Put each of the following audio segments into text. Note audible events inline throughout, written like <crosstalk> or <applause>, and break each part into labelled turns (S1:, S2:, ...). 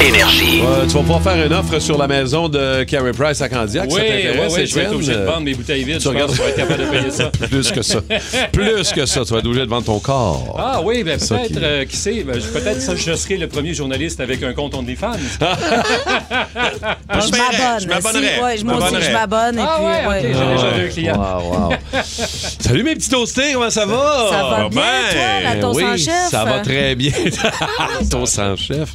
S1: Énergie.
S2: Euh, tu vas pouvoir faire une offre sur la maison de Carey Price à Candiac.
S3: Oui,
S2: ça
S3: oui,
S2: t'intéresse,
S3: oui, je vais être
S2: Étienne?
S3: obligé de vendre mes bouteilles vides.
S2: Tu
S3: Je pense
S2: regardes-
S3: que je vais être capable de payer
S2: <laughs>
S3: ça.
S2: Plus que ça. Plus que ça. Tu vas être obligé de vendre ton corps.
S3: Ah oui, ben
S2: Ça
S3: peut-être,
S2: qui-
S3: euh, qui sait, ben, je- peut-être ça, je serai le premier journaliste avec un compte OnlyFans. Ah.
S4: Je
S2: Ah,
S4: m'abonne.
S5: Je m'abonnerais.
S4: Si, ouais,
S5: Je
S4: moi aussi,
S5: m'abonnerais.
S4: je m'abonne. et
S3: Ah
S4: puis,
S3: ouais, ok,
S4: ouais.
S3: j'ai déjà deux clients.
S2: Wow, wow. <laughs> Salut mes petits toastés, comment ça va?
S4: Ça va
S5: Ah,
S4: bien, toi,
S5: ben,
S4: la toast
S2: oui,
S4: en chef?
S2: ça va très bien. <laughs> Ton sans chef.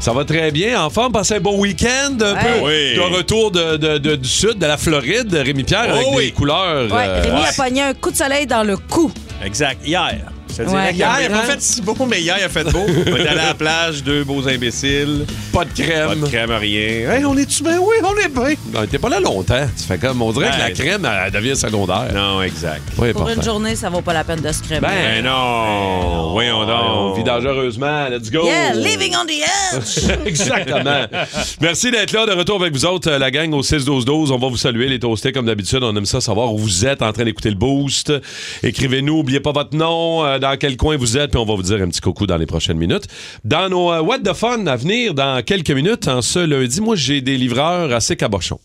S2: Ça va très bien. En forme, passez un bon week-end. Un peu
S5: Ouais. Oui.
S2: de retour de, de- de- du sud, de la Floride, Rémi-Pierre, avec
S5: Oh
S2: des
S5: oui.
S2: couleurs...
S4: Ouais,
S2: euh,
S4: Rémi a pogné un coup de soleil dans le cou.
S5: Exact. Hier. Je te dirais
S4: Ouais,
S5: que hier, il n'a
S2: hier,
S5: pas
S2: hein?
S5: fait si beau, mais hier, il a fait beau. On est allé à la plage, deux beaux imbéciles.
S2: pas de crème.
S5: Pas de crème, rien.
S2: Hey, on est-tu bien? Oui, on est bien. On était pas là longtemps. Tu fais comme, on dirait que la
S5: Ouais.
S2: crème, elle, elle devient secondaire.
S5: Non, exact.
S2: Oui,
S4: Pour
S2: parfait.
S4: une journée, ça vaut pas la peine de se crémer.
S5: Ben non. Voyons donc.
S2: On vit dangereusement. Let's go.
S4: yeah, living on the edge!
S2: <laughs> Exactement. Merci d'être là. De retour avec vous autres, euh, la gang au 6-12-12. On va vous saluer, les toastés, comme d'habitude. On aime ça savoir où vous êtes en train d'écouter le boost. Écrivez-nous, oubliez pas votre nom, euh, dans quel coin vous êtes, puis on va vous dire un petit coucou dans les prochaines minutes. Dans nos euh, What the Fun à venir, dans quelques minutes, en ce lundi, moi, j'ai des livreurs assez cabochons.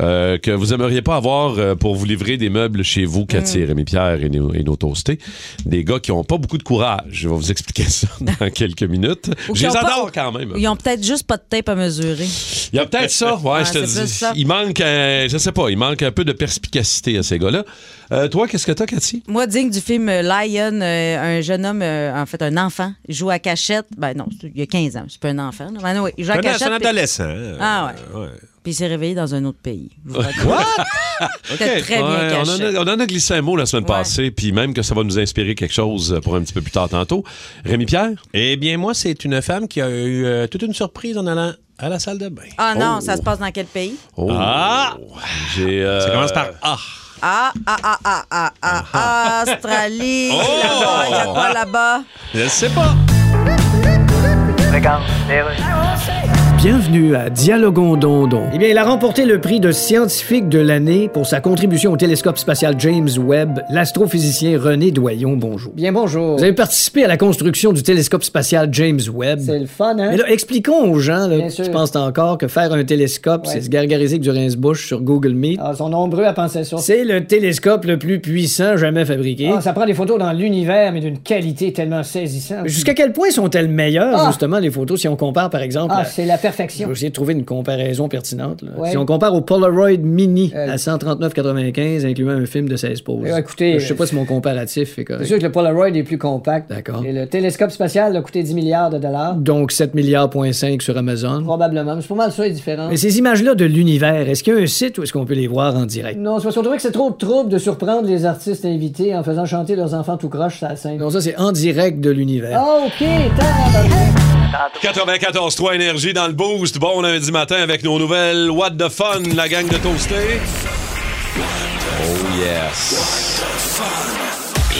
S2: euh, que vous aimeriez pas avoir euh, pour vous livrer des meubles chez vous, Cathy, Rémi-Pierre et nos, et nos toastés. Des gars qui ont pas beaucoup de courage. Je vais vous expliquer ça <laughs> dans quelques minutes.
S4: Ou
S2: Je les
S4: qui ont pas-
S2: adore quand même.
S4: Ils ont peut-être juste pas de tape à mesurer.
S2: Il y a
S4: <laughs>
S2: peut-être ça, ouais,
S4: Ouais,
S2: je
S4: c'est
S2: te dis.
S4: plus ça.
S2: Il manque, un- je sais pas, il manque un peu de perspicacité à ces gars-là. Euh, toi, qu'est-ce que t'as, Cathy?
S4: Moi, digne du film euh, Lion, euh, un jeune homme, euh, en fait, un enfant, il joue à cachette. Ben non, c'est- il y a 15 ans, c'est pas un enfant. là. Ben non, oui, il joue à
S5: C'est un-
S4: cachette.
S5: c'est un
S4: puis-
S5: adolescent.
S2: hein.
S4: Ah ouais.
S2: Euh,
S5: ouais.
S4: Puis il s'est réveillé dans un autre
S2: <laughs>
S4: pays. Quoi? C'était très bien
S2: Ouais, on, en
S4: caché.
S2: a, on en a glissé un mot la semaine
S4: Ouais.
S2: passée, puis même que ça va nous inspirer quelque chose pour un petit peu plus tard tantôt. Rémi-Pierre?
S5: Eh bien, moi, c'est une femme qui a eu euh, toute une surprise en allant à la salle de bain.
S4: Ah non,
S2: Oh.
S4: ça se passe dans quel pays?
S2: Oh,
S5: Ah!
S2: J'ai, euh,
S5: Ça commence par A.
S4: Ah, ah, ah, ah, ah, ah, ah,
S2: <laughs>
S4: Australie,
S2: Oh.
S4: là-bas, il y a quoi là-bas?
S5: Je sais pas.
S6: Bienvenue à Dialogon Dondon. Eh bien, il a remporté le prix de scientifique de l'année pour sa contribution au télescope spatial James Webb, l'astrophysicien René Doyon. Bonjour. Bien, bonjour. Vous avez participé à la construction du télescope spatial James Webb. C'est le fun, hein? Mais là, expliquons aux gens, là, qui pensent encore que faire un télescope, c'est se gargariser que du rince-bouche sur Google Meet.
S7: Ah, ils sont nombreux à penser ça.
S8: <laughs>
S6: C'est le télescope le plus puissant jamais fabriqué.
S7: Ah, ça prend des photos dans l'univers, mais d'une qualité tellement saisissante.
S6: Jusqu'à quel point sont-elles meilleures,
S7: Ah!
S6: justement, les photos, si on compare, par exemple,
S7: Ah,
S6: à-
S7: c'est la
S6: Je
S7: perfection.
S6: vais essayer de trouver une comparaison pertinente. là.
S7: Ouais.
S6: Si on compare au Polaroid Mini
S7: Euh,
S6: à 139,95, incluant un film de 16 poses.
S7: Euh, écoutez,
S6: je sais pas si mon comparatif est
S7: C'est
S6: correct.
S7: sûr que le Polaroid est plus compact.
S6: D'accord.
S7: Et le télescope spatial a coûté 10 milliards de dollars.
S6: Donc 7 milliards,5 sur Amazon.
S7: Probablement. Mais C'est pas mal ça, les différences.
S6: Mais ces images-là de l'univers, est-ce qu'il y a un site où est-ce qu'on peut les voir en direct?
S7: Non, c'est parce qu'on trouvait que c'est trop de trouble de surprendre les artistes invités en faisant chanter leurs enfants tout croche sur la scène.
S6: Non, ça, c'est en direct de l'univers.
S7: Ah, OK, tabarnak.
S2: 94.3 Énergie dans le boost. Bon lundi matin avec nos nouvelles What the Fun, la gang de toastés. Oh yes.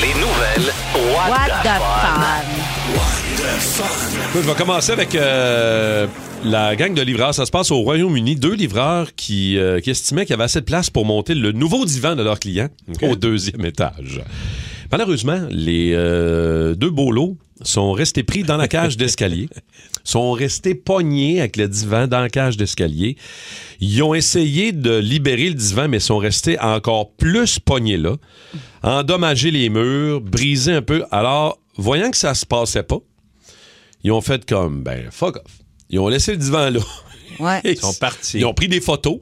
S1: Les nouvelles. What,
S4: What
S1: the
S4: the
S1: fuck?
S4: fun?
S2: Écoute, Je vais commencer avec euh, la gang de livreurs. Ça se passe au Royaume-Uni. Deux livreurs qui, euh, qui estimaient qu'il y avait assez de place pour monter le nouveau divan de leurs clients au deuxième étage. Malheureusement, les euh, deux bolos sont restés pris dans la cage
S5: <laughs>
S2: d'escalier, sont restés pognés avec le divan dans la cage d'escalier. Ils ont essayé de libérer le divan, mais sont restés encore plus pognés là, endommagés les murs, brisés un peu. Alors, voyant que ça se passait pas, ils ont fait comme, ben, fuck off. Ils ont laissé le divan là. <laughs>
S4: Ouais.
S2: Ils
S5: sont partis.
S2: Ils ont pris des photos,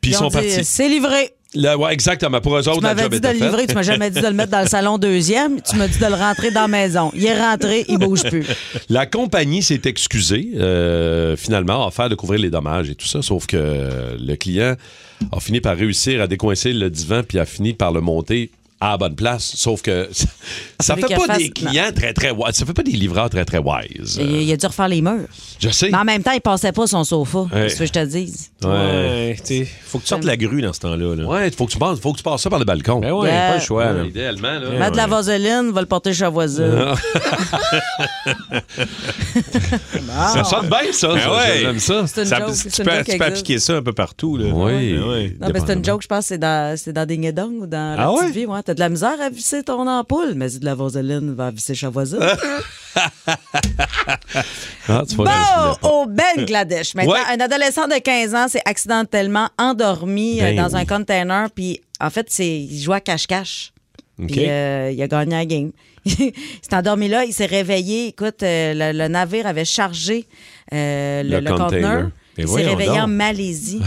S2: puis ils,
S4: Ils
S2: sont
S4: ont dit,
S2: partis.
S4: C'est livré.
S2: Là, ouais, exactement. Pour eux autres,
S4: Tu
S2: la
S4: m'avais
S2: job
S4: dit de
S2: était
S4: le
S2: faite.
S4: livrer, tu m'as jamais dit de
S2: <laughs>
S4: le mettre dans le salon deuxième, tu m'as dit de le rentrer dans la maison. Il est rentré,
S2: <laughs>
S4: il bouge plus.
S2: La compagnie s'est excusée, euh, finalement, à faire de couvrir les dommages et tout ça, sauf que le client a fini par réussir à décoincer le divan puis a fini par le monter à la bonne place. Sauf que <laughs> ça, ça
S4: Faut
S2: fait
S4: qu'elle
S2: pas
S4: fasse-
S2: des clients très, très wise. Ça fait pas des livreurs très, très wise.
S4: Il, il a dû refaire les murs.
S2: Je sais.
S4: Mais en même temps, il passait pas son sofa.
S2: Ouais.
S4: C'est ce que je te dise.
S2: Ouais.
S3: Ouais, tu sais, faut que tu sortes la grue dans ce temps-là. là.
S2: Ouais, faut que tu passes, faut que tu passes ça par le balcon.
S3: Ben ouais,
S4: Yeah.
S3: pas le choix. là. <laughs>
S2: idéalement, là.
S4: Mettre de la vaseline, va le porter chez la voisine. <laughs>
S2: Ah. <laughs>
S3: Ah.
S2: Ça sonne bien, ça. ça,
S3: Ben ouais.
S2: J'aime ça.
S4: C'est une
S3: Ça-
S4: joke.
S3: tu
S4: C'est une
S3: peux,
S4: joke
S3: tu peux
S4: qui existe.
S3: appliquer ça un peu partout. Là.
S2: Oui.
S3: Ben ouais.
S4: Non, mais c'est une joke, je pense, c'est dans, c'est dans des guédons ou dans la
S3: Ah
S4: petite
S3: ouais?
S4: vie. Ouais. T'as de la misère à visser ton ampoule, mais dis de la vaseline, va visser chez la voisine.
S2: Ah, tu vois,
S4: Bon, au Bangladesh. Maintenant,
S2: Ouais.
S4: un adolescent de 15 ans s'est accidentellement endormi euh,
S2: Ben
S4: dans un
S2: oui.
S4: container, puis en fait, c'est, il jouait à cache-cache. Puis
S3: OK.
S4: euh, il a gagné la game. <laughs> il s'est endormi là, il s'est réveillé. Écoute, euh, le, le navire avait chargé euh, le,
S2: Le
S4: le conteneur.
S2: container.
S3: Ben
S4: il s'est
S3: voyons
S4: réveillé en
S3: donc.
S4: Malaisie.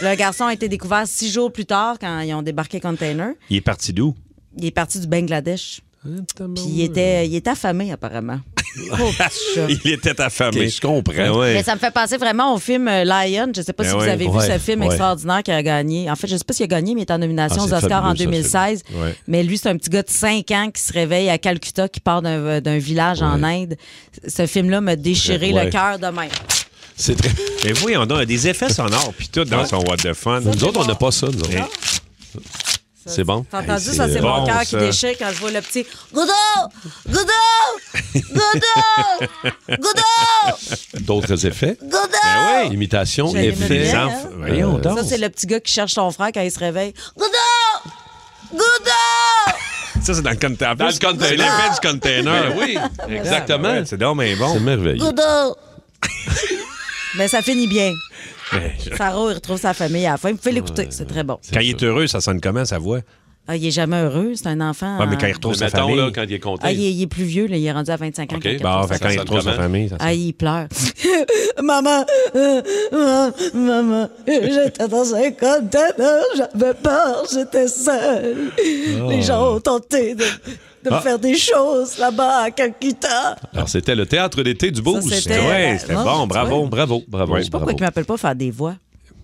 S4: le garçon a été découvert six jours plus tard quand ils ont débarqué le container.
S3: Il est parti d'où?
S4: Il est parti du Bangladesh.
S2: Ah,
S4: Puis il était, il était affamé,
S2: <laughs>
S4: apparemment. <laughs> Oh, petit chat.
S3: <laughs> Il était affamé.
S2: Ok, je comprends.
S3: Ben ouais.
S4: Mais ça me fait penser vraiment au film euh, Lion. Je ne sais pas
S3: Ben
S4: si vous
S3: oui,
S4: avez vu
S2: ouais,
S4: ce film
S2: ouais.
S4: extraordinaire qui a gagné. En fait, je ne sais pas s'il a gagné, mais il est en nomination
S2: Ah,
S4: aux
S2: c'est
S4: Oscars en
S2: fabuleux, ça,
S4: 2016.
S2: ce film.
S4: <laughs>
S2: Ouais.
S4: Mais lui, c'est un petit gars de 5 ans qui se réveille à Calcutta, qui part d'un euh, d'un village en Inde. Ce film-là m'a déchiré
S2: Ouais.
S4: le cœur de même.
S2: C'est très.
S3: Mais voyons donc, il y a des effets sonores, puis tout dans son What the Fun.
S2: Nous autres, on n'a pas ça, nous autres. C'est bon.
S4: T'as entendu
S3: c'est
S4: ça? C'est mon
S3: bon,
S4: cœur qui
S3: ça.
S4: déchire quand je vois le petit Goudou!
S2: <laughs>
S4: Goudou! Goudou! Goudou!
S2: D'autres effets. Ben
S4: Goudou!
S3: oui.
S2: Imitation,
S4: J'aime
S2: effets.
S4: bien, hein?
S3: enfants. Voyons donc.
S4: Ça, c'est le petit gars qui cherche son frère quand il se réveille.
S3: <laughs>
S4: Goudou! Goudou!
S3: Ça, c'est dans le container.
S2: Dans le container.
S3: C'est l'effet du container.
S2: Ben oui, exactement.
S3: Ouais, c'est donc mais
S2: C'est
S3: bon.
S2: merveilleux.
S3: <laughs>
S4: Mais ça finit bien.
S3: Ben, je-
S4: Sarah, il retrouve sa famille à la fin. Vous pouvez l'écouter, c'est très bon.
S3: Quand il est heureux, ça sonne comment, sa voix?
S4: Ah, il est jamais heureux, c'est un enfant.
S3: Ouais, mais
S4: en-
S3: quand il retrouve sa
S2: Mettons,
S3: famille.
S2: là, quand il est content.
S4: Ah, il est, il est plus vieux, là, il est rendu à 25 ans.
S2: OK,
S4: quand il a
S3: Bon,
S4: 14
S3: fait,
S4: ans.
S3: quand il
S2: sonne
S3: retrouve sa
S2: comment?
S3: famille, ça sonne-
S4: Ah, il pleure. <laughs> maman, euh, maman, maman, j'étais dans un container, j'avais peur, j'étais seule.
S3: Oh.
S4: Les gens ont tenté de, de
S3: Ah.
S4: me faire des choses là-bas à
S3: <laughs>
S4: Calcutta.
S2: Alors, c'était le théâtre d'été du Beauce.
S4: c'était-
S3: Ouais, c'était
S4: Non,
S3: bon,
S4: tu
S3: bravo.
S2: Bon, bravo, bravo.
S3: Ouais,
S4: Je sais pas
S2: bravo.
S4: pourquoi ils m'appellent pas faire des voix.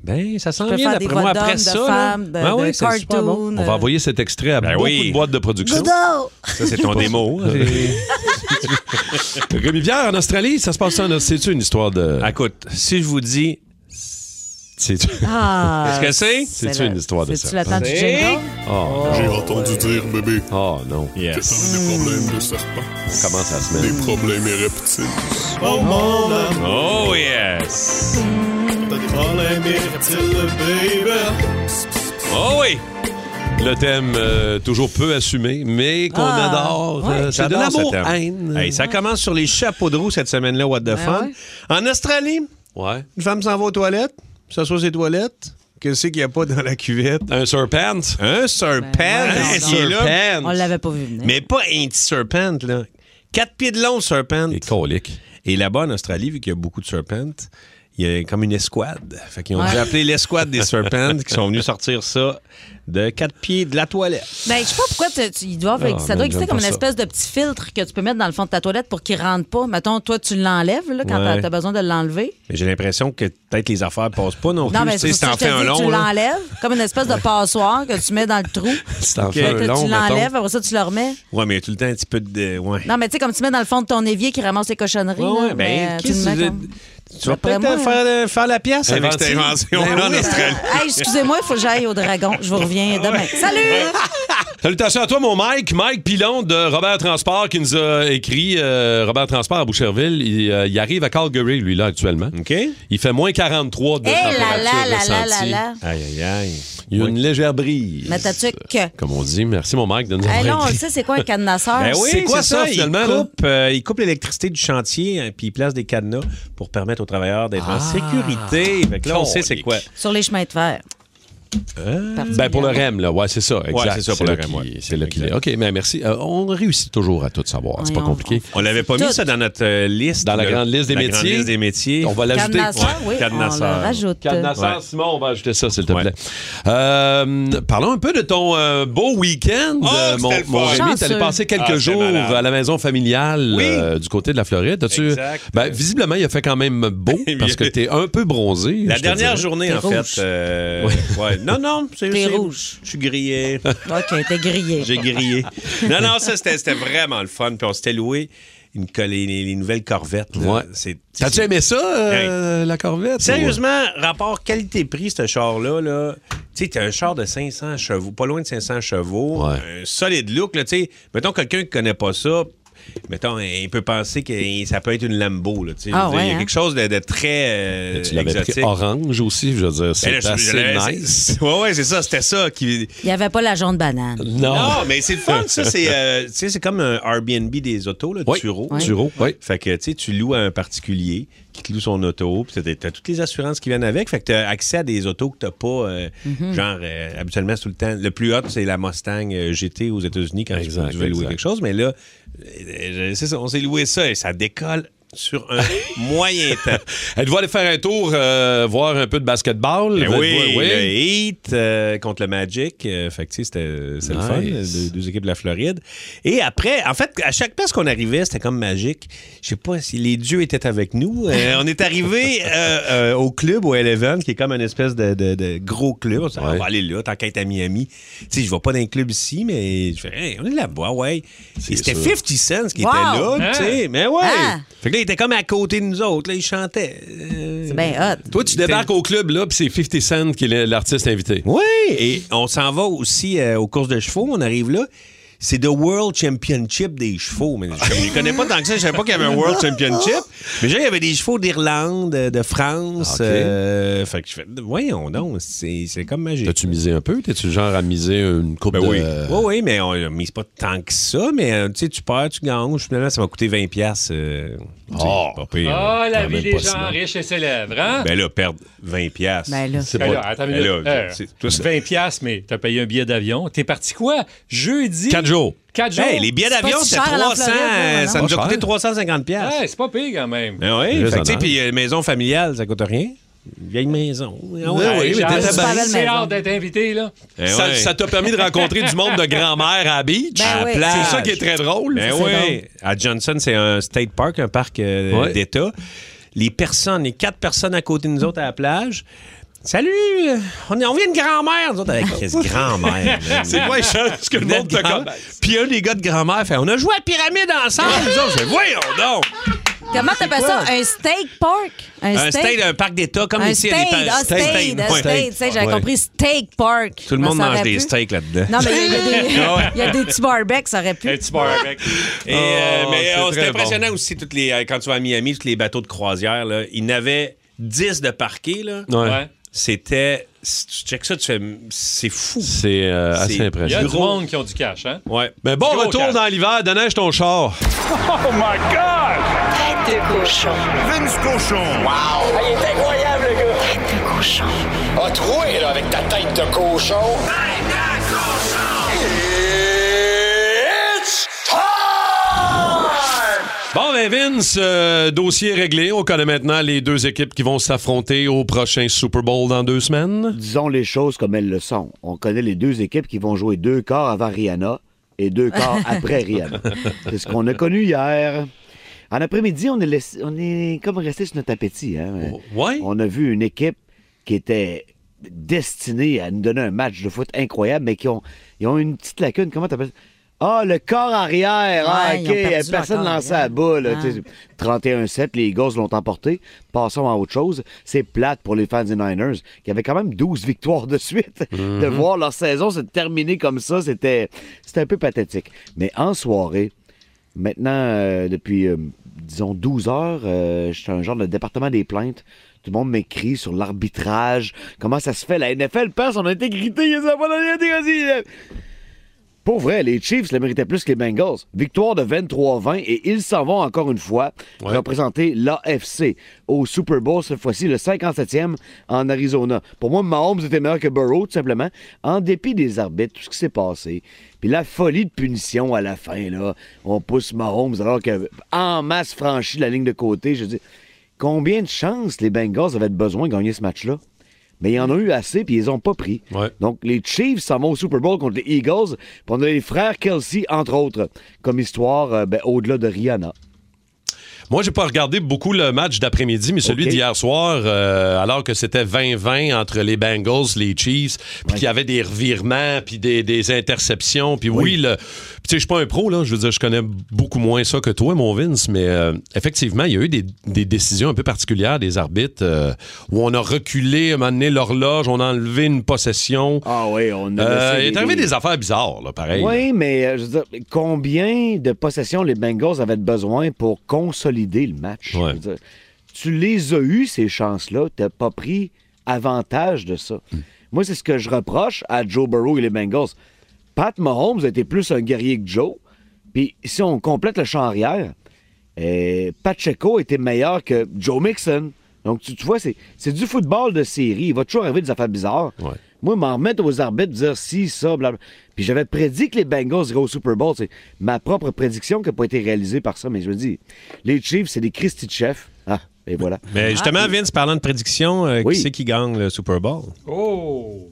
S3: Ben, ça
S4: Je peux
S3: sent bien
S4: faire des
S3: d'après
S4: voix
S3: moi après
S4: d'hommes, de
S3: ça. là.
S4: femmes, de,
S2: Ah
S3: Ben
S4: de
S3: oui, c'est super bon.
S4: cartoons.
S2: On va envoyer cet extrait à
S3: Ben
S2: beaucoup
S3: oui.
S2: de boîtes de production.
S4: Godot!
S3: Ça, c'est <laughs> ton démo.
S2: hein. Rémi Pierre, en Australie, ça se passe ça. en- C'est-tu une histoire de.
S3: Ah, Écoute, si je vous dis.
S2: C'est-tu <laughs>
S4: Ah,
S3: Qu'est-ce que c'est?
S2: c'est-tu une histoire de
S4: C'est-tu
S2: ça?
S4: le temps du jingle?
S3: Ah.
S5: J'ai entendu dire, bébé,
S2: Oh non.
S3: Yes.
S5: des problèmes de serpents,
S2: On commence la
S5: des
S2: semaine.
S5: problèmes et reptiles.
S3: Oh, yes. Oh, oui.
S2: Le thème euh, toujours peu assumé, mais qu'on
S4: Ah,
S2: adore.
S4: ouais.
S2: Euh, c'est de
S3: J'adore
S2: l'amour
S3: ce thème.
S2: haine.
S3: Hey, ça commence sur les chapeaux de roue cette semaine-là, What the Fun.
S4: Ben ouais.
S3: En Australie,
S2: Ouais.
S3: une femme s'en va aux toilettes, s'assoit sur ses toilettes. Qu'est-ce qu'il n'y a pas dans la cuvette?
S2: Un surpant.
S3: Un serpent.
S4: voyons
S3: il est là.
S2: Surpent.
S4: Ben On l'avait pas vu venir.
S3: Mais pas un petit serpent, là. Quatre pieds de long, le serpent.
S2: Et colique.
S3: Et là-bas, en Australie, vu qu'il y a beaucoup de serpents, il y a comme une escouade. Fait qu'ils ont
S4: Ouais.
S3: dû appeler l'escouade des serpents qui sont venus sortir ça de quatre pieds de la toilette.
S4: Ben, je sais pas pourquoi tu, tu- ils doivent-
S2: Ah,
S4: ça
S2: man,
S4: doit exister
S2: j'aime
S4: comme
S2: pas
S4: une
S2: ça.
S4: espèce de petit filtre que tu peux mettre dans le fond de ta toilette pour qu'il rentre pas. Mettons, toi, tu l'enlèves là, quand
S3: Ouais.
S4: t'as- t'as besoin de l'enlever.
S3: Mais j'ai l'impression que peut-être les affaires passent pas
S4: Non,
S3: non, plus.
S4: mais
S3: Tu
S4: c'est
S3: sais,
S4: pour
S3: si
S4: ça
S3: t'en
S4: que je
S3: fais un
S4: te dis,
S3: long,
S4: tu
S3: là.
S4: l'enlèves comme une espèce de passoire que tu mets dans le trou.
S2: Si t'en
S4: Fait
S2: fais
S4: que
S2: un long,
S4: tu l'enlèves,
S2: mettons.
S4: après ça, tu le remets.
S3: Ouais, mais il y a tout le temps un petit peu de. Ouais.
S4: Non, mais tu sais, comme tu mets dans le fond de ton évier qui ramasse les cochonneries.
S3: Ouais,
S4: là,
S3: ouais, ben,
S4: mais, euh, tu
S3: qu'est-ce
S4: le mets
S3: que-
S4: comme-
S3: Tu vas
S4: D'après
S3: peut-être
S4: moi, hein.
S3: faire, euh, faire la pièce avec cette
S2: Inventive.
S3: invention là en Australie.
S4: Ben Hey, excusez-moi, il faut que j'aille au dragon. Je vous reviens demain. Salut!
S2: Salutations à toi, mon Mike. Mike Pilon de Robert Transport qui nous a écrit. euh, Robert Transport à Boucherville. Il, euh, il arrive à Calgary, lui, là, actuellement.
S3: OK? Aïe,
S2: Il fait moins 43 de
S4: Hé Eh là
S2: température
S4: là là là là
S2: ressentie.
S4: là.
S3: aïe, aïe.
S2: Il y a une légère brise.
S4: Mais t'as-tu que.
S2: Comme on dit. Merci, mon Mike, de nous
S4: Hey, là, on
S2: avoir
S4: le
S2: écrit.
S4: sait, c'est quoi un cadenasseur?
S3: Ben oui,
S2: C'est quoi ça,
S3: il
S2: finalement, là?
S3: coupe, euh, il coupe l'électricité du chantier hein, puis il place des cadenas pour permettre aux travailleurs d'être en sécurité. Fait que là, on sait c'est quoi.
S4: Sur les chemins de fer.
S3: Hein?
S2: Ben pour le REM, là, ouais, c'est ça, exact.
S3: c'est ça, pour
S2: là
S3: le REM,
S2: qu'il-
S3: ouais.
S2: C'est là qu'il est. OK, mais merci. Euh, on réussit toujours à tout savoir, c'est
S4: Oui,
S2: pas
S4: on-
S2: compliqué.
S3: On l'avait pas
S4: Tout.
S3: mis ça dans notre euh, liste.
S2: Dans la
S3: Le-
S2: grande liste des
S3: la
S2: métiers.
S3: grande liste des métiers.
S2: On va l'ajouter.
S4: Cadenasseur,
S3: Ouais,
S4: oui.
S3: cadenasseur.
S4: On le rajoute.
S2: Cadenasseur,
S3: Ouais.
S2: Simon, on va ajouter ça, s'il te
S3: Ouais.
S2: plaît. Euh, parlons un peu de ton euh, beau week-end,
S3: Oh,
S2: euh, mon,
S3: c'était le
S2: mon
S3: fun.
S2: Rémi. Tu
S4: Chanceux.
S2: passer quelques
S3: Ah, c'était
S2: jours
S3: malade.
S2: à la maison familiale
S3: Oui.
S2: euh, du côté de la Floride. As-tu-
S3: Exact.
S2: Ben, visiblement,
S3: <laughs>
S2: il a fait quand même beau parce que tu es un peu bronzé.
S3: La
S2: je te
S3: dernière
S2: dirais.
S3: journée,
S4: T'es
S3: en
S4: rouge.
S3: fait. euh, ouais, Non, non, c'est
S9: T'es
S3: c'est-
S9: rouge.
S3: Je suis grillé.
S9: <laughs> OK, t'es grillé.
S3: J'ai grillé. Non, non, ça, c'était c'était vraiment le fun. Puis on s'était loué une, co- les, les- les nouvelles corvettes. là.
S2: Ouais.
S3: C'est- c'est-
S2: T'as-tu aimé ça, euh, la Corvette?
S3: Sérieusement, rapport qualité-prix, ce char-là, là, tu sais, t'as un char de 500 chevaux, pas loin de 500 chevaux,
S2: Ouais.
S3: un solide look, là, tu sais, mettons quelqu'un qui connaît pas ça, mettons, il peut penser que ça peut être une Lambo, là, tu sais,
S9: Ah
S3: Je veux dire, il y
S9: ouais,
S3: a
S9: hein?
S3: quelque chose de, de très euh,
S2: Tu l'avais pris
S3: exotique.
S2: orange aussi, je veux dire.
S3: Ben là,
S2: C'est
S3: je- je
S2: assez
S3: l'avais-
S2: nice.
S3: c'est- <laughs> Ouais, ouais, c'est ça, c'était ça qui...
S9: Il n'y avait pas la jaune banane.
S2: Non.
S3: Non, mais c'est le fun, ça. C'est,
S2: <laughs>
S3: euh, tu sais, c'est comme un Airbnb des autos, là,
S2: Oui,
S3: Turo.
S2: Turo, oui.
S3: Fait que, tu sais, tu loues à un particulier qui te loue son auto, puis t'as, t'as toutes les assurances qui viennent avec. Fait que t'as accès à des autos que t'as pas, euh,
S2: Mm-hmm.
S3: genre, euh, habituellement, c'est tout le temps. Le plus hot, c'est la Mustang euh, GT aux États-Unis quand tu-
S2: Exact,
S3: tu veux louer
S2: exact.
S3: quelque chose. Mais là, euh, c'est ça, on s'est loué ça et ça décolle sur
S2: <laughs>
S3: un moyen temps.
S2: Êtes-vous allé faire un tour, euh, voir un peu de basketball?
S3: Ben
S2: Êtes-vous-
S3: oui, le Heat euh, contre le Magic. Euh, fait que, tu sais, c'était c'est le fun,
S2: Nice.
S3: euh, deux, deux équipes de la Floride. Et après, en fait, à chaque place qu'on arrivait, c'était comme magique. Je sais pas si les dieux étaient avec nous. Euh, on est arrivé euh, euh, au club, au Eleven, qui est comme une espèce de, de- de gros club. On s'est dit,
S2: Ouais.
S3: on va aller là, tant qu'à être à Miami. Tu sais, je vais pas dans un club ici, mais je fais, Hey, on est là-bas, ouais. Et c'était
S2: sûr.
S3: 50 Cent qui
S9: Wow!
S3: était là, tu sais. Mais ouais.
S9: Ah!
S3: Fait que là, il était comme à côté de nous autres. Là, il chantait. Euh,
S9: C'est bien hot.
S2: Toi, tu débarques au club, là, puis c'est 50 Cent qui est l'artiste invité.
S3: oui, et on s'en va aussi euh, aux courses de chevaux. On arrive là. C'est le World Championship des chevaux. Mais je ne connais pas tant que ça. Je savais pas qu'il y avait un World Championship. Mais là, il y avait des chevaux d'Irlande, euh, de France.
S2: Ok.
S3: euh, fait que je fais, voyons donc, c'est c'est comme magique.
S2: T'as-tu misé un peu? T'es-tu le genre à miser une coupe
S3: Ben
S2: de...
S3: oui. Oui, oui, mais on ne mise pas tant que ça. Mais euh, tu sais, tu perds, tu gagnes. Finalement, ça m'a coûté 20$. piastres, euh, tu sais,
S2: Oh.
S3: pas pire,
S10: Ah, la
S3: quand
S10: vie
S3: même
S10: des
S3: pas
S10: gens
S3: si mal.
S10: riches et célèbres, hein?
S3: Ben là, perdre 20$. piastres.
S9: Ben là.
S2: C'est
S10: Ben là,
S2: pas...
S10: attends une
S3: Ben
S10: minute.
S3: là,
S10: Euh,
S3: c'est- toi, c'est-
S10: 20 piastres, mais t'as payé un billet d'avion. T'es parti quoi? Jeudi?
S2: Quatre jours.
S10: 4 jours?
S3: Hey, Ben, les billets
S9: C'est pas
S3: d'avion,
S9: si
S3: c'était
S9: cher à la
S3: 300.
S9: Floride, là,
S3: euh,
S9: madame.
S3: Ça nous a
S2: Pas
S3: coûté
S2: cher.
S3: 350$. piastres.
S10: Ouais, Ah, c'est pas pire quand même.
S3: Ben oui,
S2: Raisonnable.
S3: fait que, tu sais, puis euh, maison familiale, ça coûte rien. Vieille maison. Ah ouais,
S10: Hey, j'ai
S3: mais
S10: hâte-
S3: t'es
S9: super belle
S10: j'ai
S9: maison.
S10: hâte d'être invité, là.
S3: Eh
S2: Ça
S3: Ben ouais.
S2: ça t'a permis de rencontrer du
S3: <laughs>
S2: monde de grand-mère à la beach.
S9: Ben
S2: À la
S9: oui.
S2: plage.
S3: C'est
S2: C'est ça qui est très drôle.
S3: Ben
S9: C'est
S3: oui. À Johnson, c'est un state park, un parc euh,
S2: Ouais.
S3: d'État. Les personnes, les quatre personnes à côté de nous autres à la plage. Salut! euh, On, est- on vient de grand-mère, nous autres, avec Qu'est-ce que <laughs> grand-mère. là?
S2: C'est quoi les chances que le
S3: Vous êtes
S2: monde te
S3: grand-
S2: connaisse?
S3: Puis un des gars de grand-mère fait On a joué à pyramide ensemble, nous autres. Je fais, Voyons donc!
S9: Comment t'appelles ça? Un steak park?
S3: Un state, un parc d'État, comme
S9: Un
S3: ici, il y
S9: steak,
S3: a des
S9: ah,
S3: par-
S9: steak,
S3: steak,
S9: un
S3: ouais.
S9: steak, tu sais, j'avais
S3: Ouais.
S9: compris steak park.
S3: Tout le
S9: Je
S3: monde
S9: m'en
S3: mange
S9: savais
S3: des
S9: plus.
S3: steaks là-dedans. Ah
S9: Non, mais il y a
S3: <laughs>
S9: des- il y a des petits barbecs, ça aurait
S10: Un
S9: pu.
S10: petit bar avec.
S3: Et, euh,
S2: Oh,
S3: mais
S2: c'est
S3: euh, c'était
S2: très
S3: impressionnant aussi, toutes les, euh, quand tu vas à Miami, tous les bateaux de croisière, là, ils n'avaient 10 de parquet. Là.
S2: Ouais.
S10: Ouais.
S3: C'était. Si tu checkes ça, tu fais. C'est fou.
S2: C'est euh, assez
S3: C'est-
S10: Il y a
S2: impressionnant.
S10: du monde qui ont du cash, hein?
S3: Ouais.
S2: Mais bon,
S10: Gros
S2: retour
S10: cash.
S2: dans l'hiver, déneige ton char.
S11: Tête de cochon.
S12: Vince Cochon.
S13: Ah, il est incroyable, le gars! Tête de cochon. Ah, troué, là, avec ta tête de cochon. Tête de cochon! It's time!
S2: Bon, ben Vince, euh, dossier réglé. On connaît maintenant les deux équipes qui vont s'affronter au prochain Super Bowl dans deux semaines.
S14: Disons les choses comme elles le sont. On connaît les deux équipes qui vont jouer deux quarts avant Rihanna et deux quarts
S9: <laughs>
S14: après Rihanna. C'est ce qu'on a connu hier. En après-midi, on est, laissé- on est comme resté sur notre appétit. hein.
S2: Ouais.
S14: On a vu une équipe qui était destinée à nous donner un match de foot incroyable, mais qui ont, ils ont une petite lacune. Comment t'appelles ça? Ah, le corps arrière! Ah,
S9: Ouais, ils
S14: OK,
S9: ont perdu leur
S14: personne
S9: corps
S14: lançait
S9: arrière.
S14: la boule.
S9: Ah.
S14: Tu sais, 31-7, les Eagles l'ont emporté. Passons à autre chose. C'est plate pour les fans des Niners, qui avaient quand même 12 victoires de suite. <laughs> De
S5: Mhm.
S14: voir leur saison se terminer comme ça, c'était c'était un peu pathétique. Mais en soirée, maintenant, euh, depuis, euh, disons, 12 heures, euh, je suis un genre de département des plaintes. Tout le monde m'écrit sur l'arbitrage. Comment ça se fait? La NFL perd son intégrité. Ils ont pas donné l'intégrité. Pour vrai, les Chiefs le méritaient plus que les Bengals. Victoire de 23-20 et ils s'en vont encore une fois représenter l'AFC au Super Bowl, cette fois-ci le 57e en Arizona. Pour moi, Mahomes était meilleur que Burrow, tout simplement, en dépit des arbitres, tout ce qui s'est passé. Puis la folie de punition à la fin, là. On pousse Mahomes alors que en masse franchit la ligne de côté. Je dis, combien de chances les Bengals avaient besoin de gagner ce match-là? Mais il y en a eu assez, puis ils les ont pas pris.
S2: Ouais.
S14: Donc, les Chiefs s'en vont au Super Bowl contre les Eagles. Puis on a les frères Kelsey, entre autres, comme histoire euh, ben, au-delà de Rihanna.
S2: Moi, j'ai pas regardé beaucoup le match d'après-midi, mais celui
S3: Ok.
S2: d'hier soir, euh, alors que c'était 20-20 entre les Bengals, les Chiefs, puis qu'il y avait des revirements, puis des, des interceptions, puis oui, le- puis tu sais, je suis pas un pro, là, je veux dire, je connais beaucoup moins ça que toi, mon Vince, mais euh, effectivement, il y a eu des, des décisions un peu particulières des arbitres euh, où on a reculé, on a amené l'horloge, on a enlevé une possession.
S14: Ah oui, on a
S2: Euh,
S14: laissé
S2: il est arrivé
S14: des-
S2: des affaires bizarres, là, pareil.
S14: Oui, mais euh, je veux dire, combien de possessions les Bengals avaient besoin pour consolider le match? Je veux dire, tu les as eues, ces chances-là. Tu n'as pas pris avantage de ça. Moi, c'est ce que je reproche à Joe Burrow et les Bengals. Pat Mahomes était plus un guerrier que Joe. Puis si on complète le champ arrière, euh, Pacheco était meilleur que Joe Mixon. Donc, tu, tu vois, c'est c'est du football de série. Il va toujours arriver des affaires bizarres. Moi, m'en remettre aux arbitres, dire si, ça, blablabla. Puis j'avais prédit que les Bengals iraient au Super Bowl. C'est ma propre prédiction qui n'a pas été réalisée par ça. Mais je me dis, les Chiefs, c'est des Christy de chef. Ah, et voilà.
S3: Mais justement, Vince, parlant de prédiction, euh, qui c'est qui gagne le Super Bowl?
S10: Oh!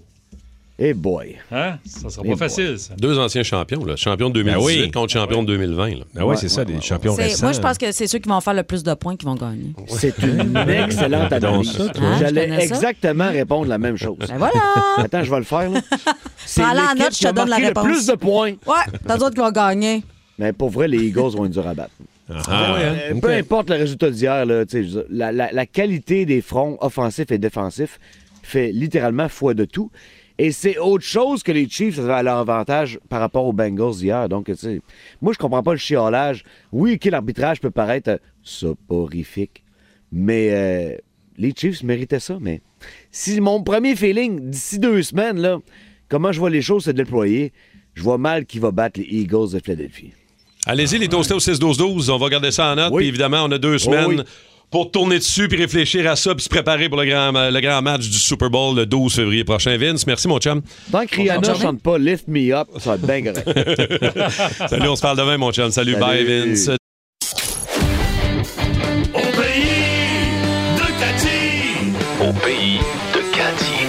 S14: Eh boy.
S10: Hein? Ça sera
S2: Eh
S10: pas facile, ça.
S2: Deux anciens champions, là. champion de
S3: Ben
S2: 2018
S3: oui.
S2: contre champion de 2020. Là.
S3: Ben oui, c'est ça, des champions
S4: C'est- Moi, je pense que c'est ceux qui vont faire le plus de points qui vont gagner.
S14: C'est <laughs> une <laughs> excellente analyse.
S4: ça, toi. Hein, je
S14: J'allais
S4: connais ça. Ben
S14: exactement répondre la même chose.
S4: voilà.
S14: Attends, je vais le faire. là. C'est
S4: Prends-la en
S14: l'équipe
S4: note, je
S14: qui
S4: te
S14: a
S4: donne la
S14: marqué
S4: réponse.
S14: Le plus de points.
S4: Ouais, t'as d'autres qui vont gagner.
S14: Mais pour vrai, les Eagles vont être durs à battre.
S3: <laughs> Ah ouais,
S14: Euh,
S3: hein?
S14: Peu
S3: Ok.
S14: importe le résultat d'hier, là, tu sais, je veux dire, la, la- la qualité des fronts offensifs et défensifs fait littéralement foi de tout. Et c'est autre chose que les Chiefs avaient à leur avantage par rapport aux Bengals hier. Donc, tu sais, moi, je comprends pas le chiolage. Oui, ok, l'arbitrage peut paraître euh, soporifique, mais euh, les Chiefs méritaient ça. Mais si mon premier feeling, d'ici deux semaines, là, comment je vois les choses se déployer, je vois mal qui va battre les Eagles de Philadelphie.
S2: Allez-y, les toastés au 6-12-12. On va garder ça en note. Puis évidemment, on a deux semaines
S14: oui.
S2: pour tourner dessus, puis réfléchir à ça, puis se préparer pour le grand, le grand match du Super Bowl le 12 février prochain. Vince, merci, mon
S3: <laughs>
S2: chum.
S14: Tant que Rihanna
S2: Bonjour.
S14: chante pas Lift Me Up, ça va être bien correct.
S2: <laughs> Salut, on se parle demain, mon chum. Salut, bye,
S14: Salut.
S2: Vince.
S15: Au pays de Cathy. Au pays de Cathy.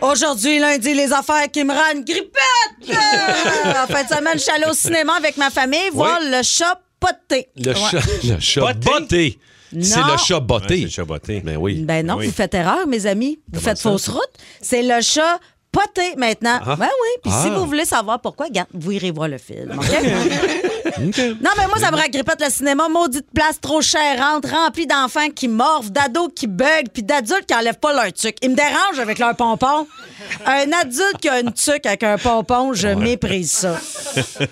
S4: Aujourd'hui, lundi, les affaires qui me rendent
S2: <laughs>
S4: grippette! Euh, en fin de semaine, je suis allée au cinéma avec ma famille voir le chat poté.
S2: Le
S4: Ouais.
S3: <laughs>
S2: chat, le chat botté. C'est
S4: Non.
S2: le chat botté. c'est le chat
S3: botté.
S2: Ben oui.
S4: Ben non,
S2: Oui.
S4: vous faites erreur, mes amis. Vous faites
S2: ça?
S4: fausse route. C'est le chat poté maintenant.
S2: Ah.
S4: Ben oui. Puis si
S2: Ah.
S4: vous voulez savoir pourquoi, regarde, vous irez voir le film.
S2: <laughs>
S4: OK? Non, mais moi, ça me rend grippette le cinéma. Maudite place trop chérante, remplie d'enfants qui morvent, d'ados qui bug, puis d'adultes qui enlèvent pas leur tuc. Ils me dérangent avec leur pompon. Un adulte qui a une tuque avec un pompon, je méprise
S3: <laughs>
S4: ça.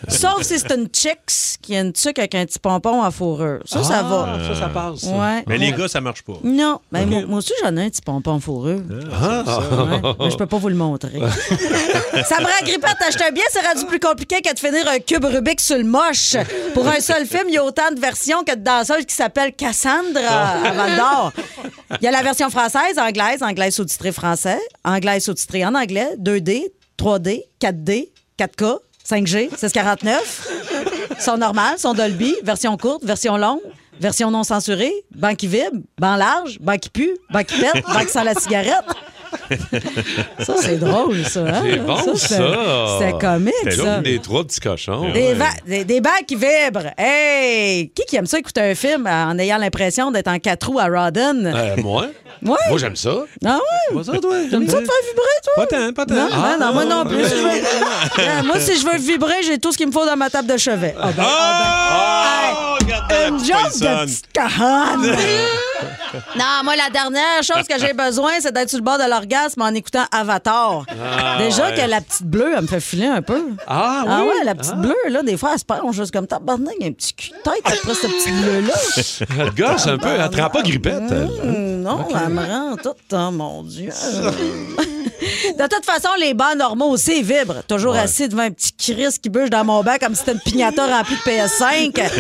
S4: Sauf si c'est une chicks qui a une tuque avec un petit pompon à fourrure. Ça, ça va.
S3: Ah.
S4: Ouais.
S3: Mais les gars, ça marche pas.
S4: Non, ben, moi, moi aussi j'en ai un petit pompon fourreux.
S3: Ah.
S4: Ouais, mais je peux pas vous le
S3: <laughs>
S4: montrer. <laughs> ça me rend grippette d'acheter un bien, c'est rendu plus compliqué que de finir un cube Rubik sur le moche. Pour un seul film, il y a autant de versions que de danseuses qui s'appellent Cassandra à Val d'Or. Il y a la version française, anglaise, anglaise sous-titrée français, anglaise sous-titrée en anglais, 2D, 3D, 4D, 4K, 5G, 1649. Sont normales, sont Dolby, version courte, version longue, version non censurée, banc qui vibre, banc large, banc qui pue, banc qui pète, banc qui sent la cigarette. Ça, c'est drôle, ça. hein?
S2: C'est bon,
S4: c'est-
S2: ça.
S4: C'est comique,
S2: C'était
S4: ça.
S2: l'autre des trois petits cochons.
S4: Des,
S2: <laughs>
S4: va- des, des balles qui vibrent. Hey! Qui qui aime ça écouter un film euh, en ayant l'impression d'être en quatre roues à Rodden?
S2: Euh, moi?
S4: Ouais.
S2: Moi, j'aime ça.
S4: <laughs> Ah ouais?
S2: Moi, ça, toi?
S4: T'aimes ça te faire vibrer, toi?
S3: Pas tant, pas tant.
S4: Non,
S3: Ah,
S4: non, non, moi
S3: non,
S4: non
S2: <laughs>
S4: plus.
S3: non.
S4: si je <laughs> veux- Non, moi, si je veux vibrer, j'ai tout ce qu'il me faut dans ma table de chevet. Ah ben, ah ben. Hey, Une job de
S3: poissonne.
S4: petite caronne. Non, moi, la dernière chose <laughs> que j'ai besoin, c'est d'être sur le bord de l'orgasme en écoutant Avatar.
S9: Ah,
S4: Déjà
S9: ouais.
S4: que la petite bleue, elle me fait filer un peu.
S9: Ah,
S4: Ah
S9: oui?
S4: ouais, la petite
S9: Ah.
S4: bleue, là, des fois, elle se perd juste comme tabarnak, un petit cul de tête après cette petite bleue-là.
S2: Elle te gosse un peu, elle te rend pas grippette. elle.
S4: Hum, Non, elle me rend tout, oh mon
S9: <laughs>
S4: Dieu. de toute façon, les bas normaux aussi vibrent. Toujours
S9: Ouais.
S4: assis devant un petit Chris qui bûche dans mon bain comme si c'était une pignata remplie de
S9: <laughs>
S4: PS5.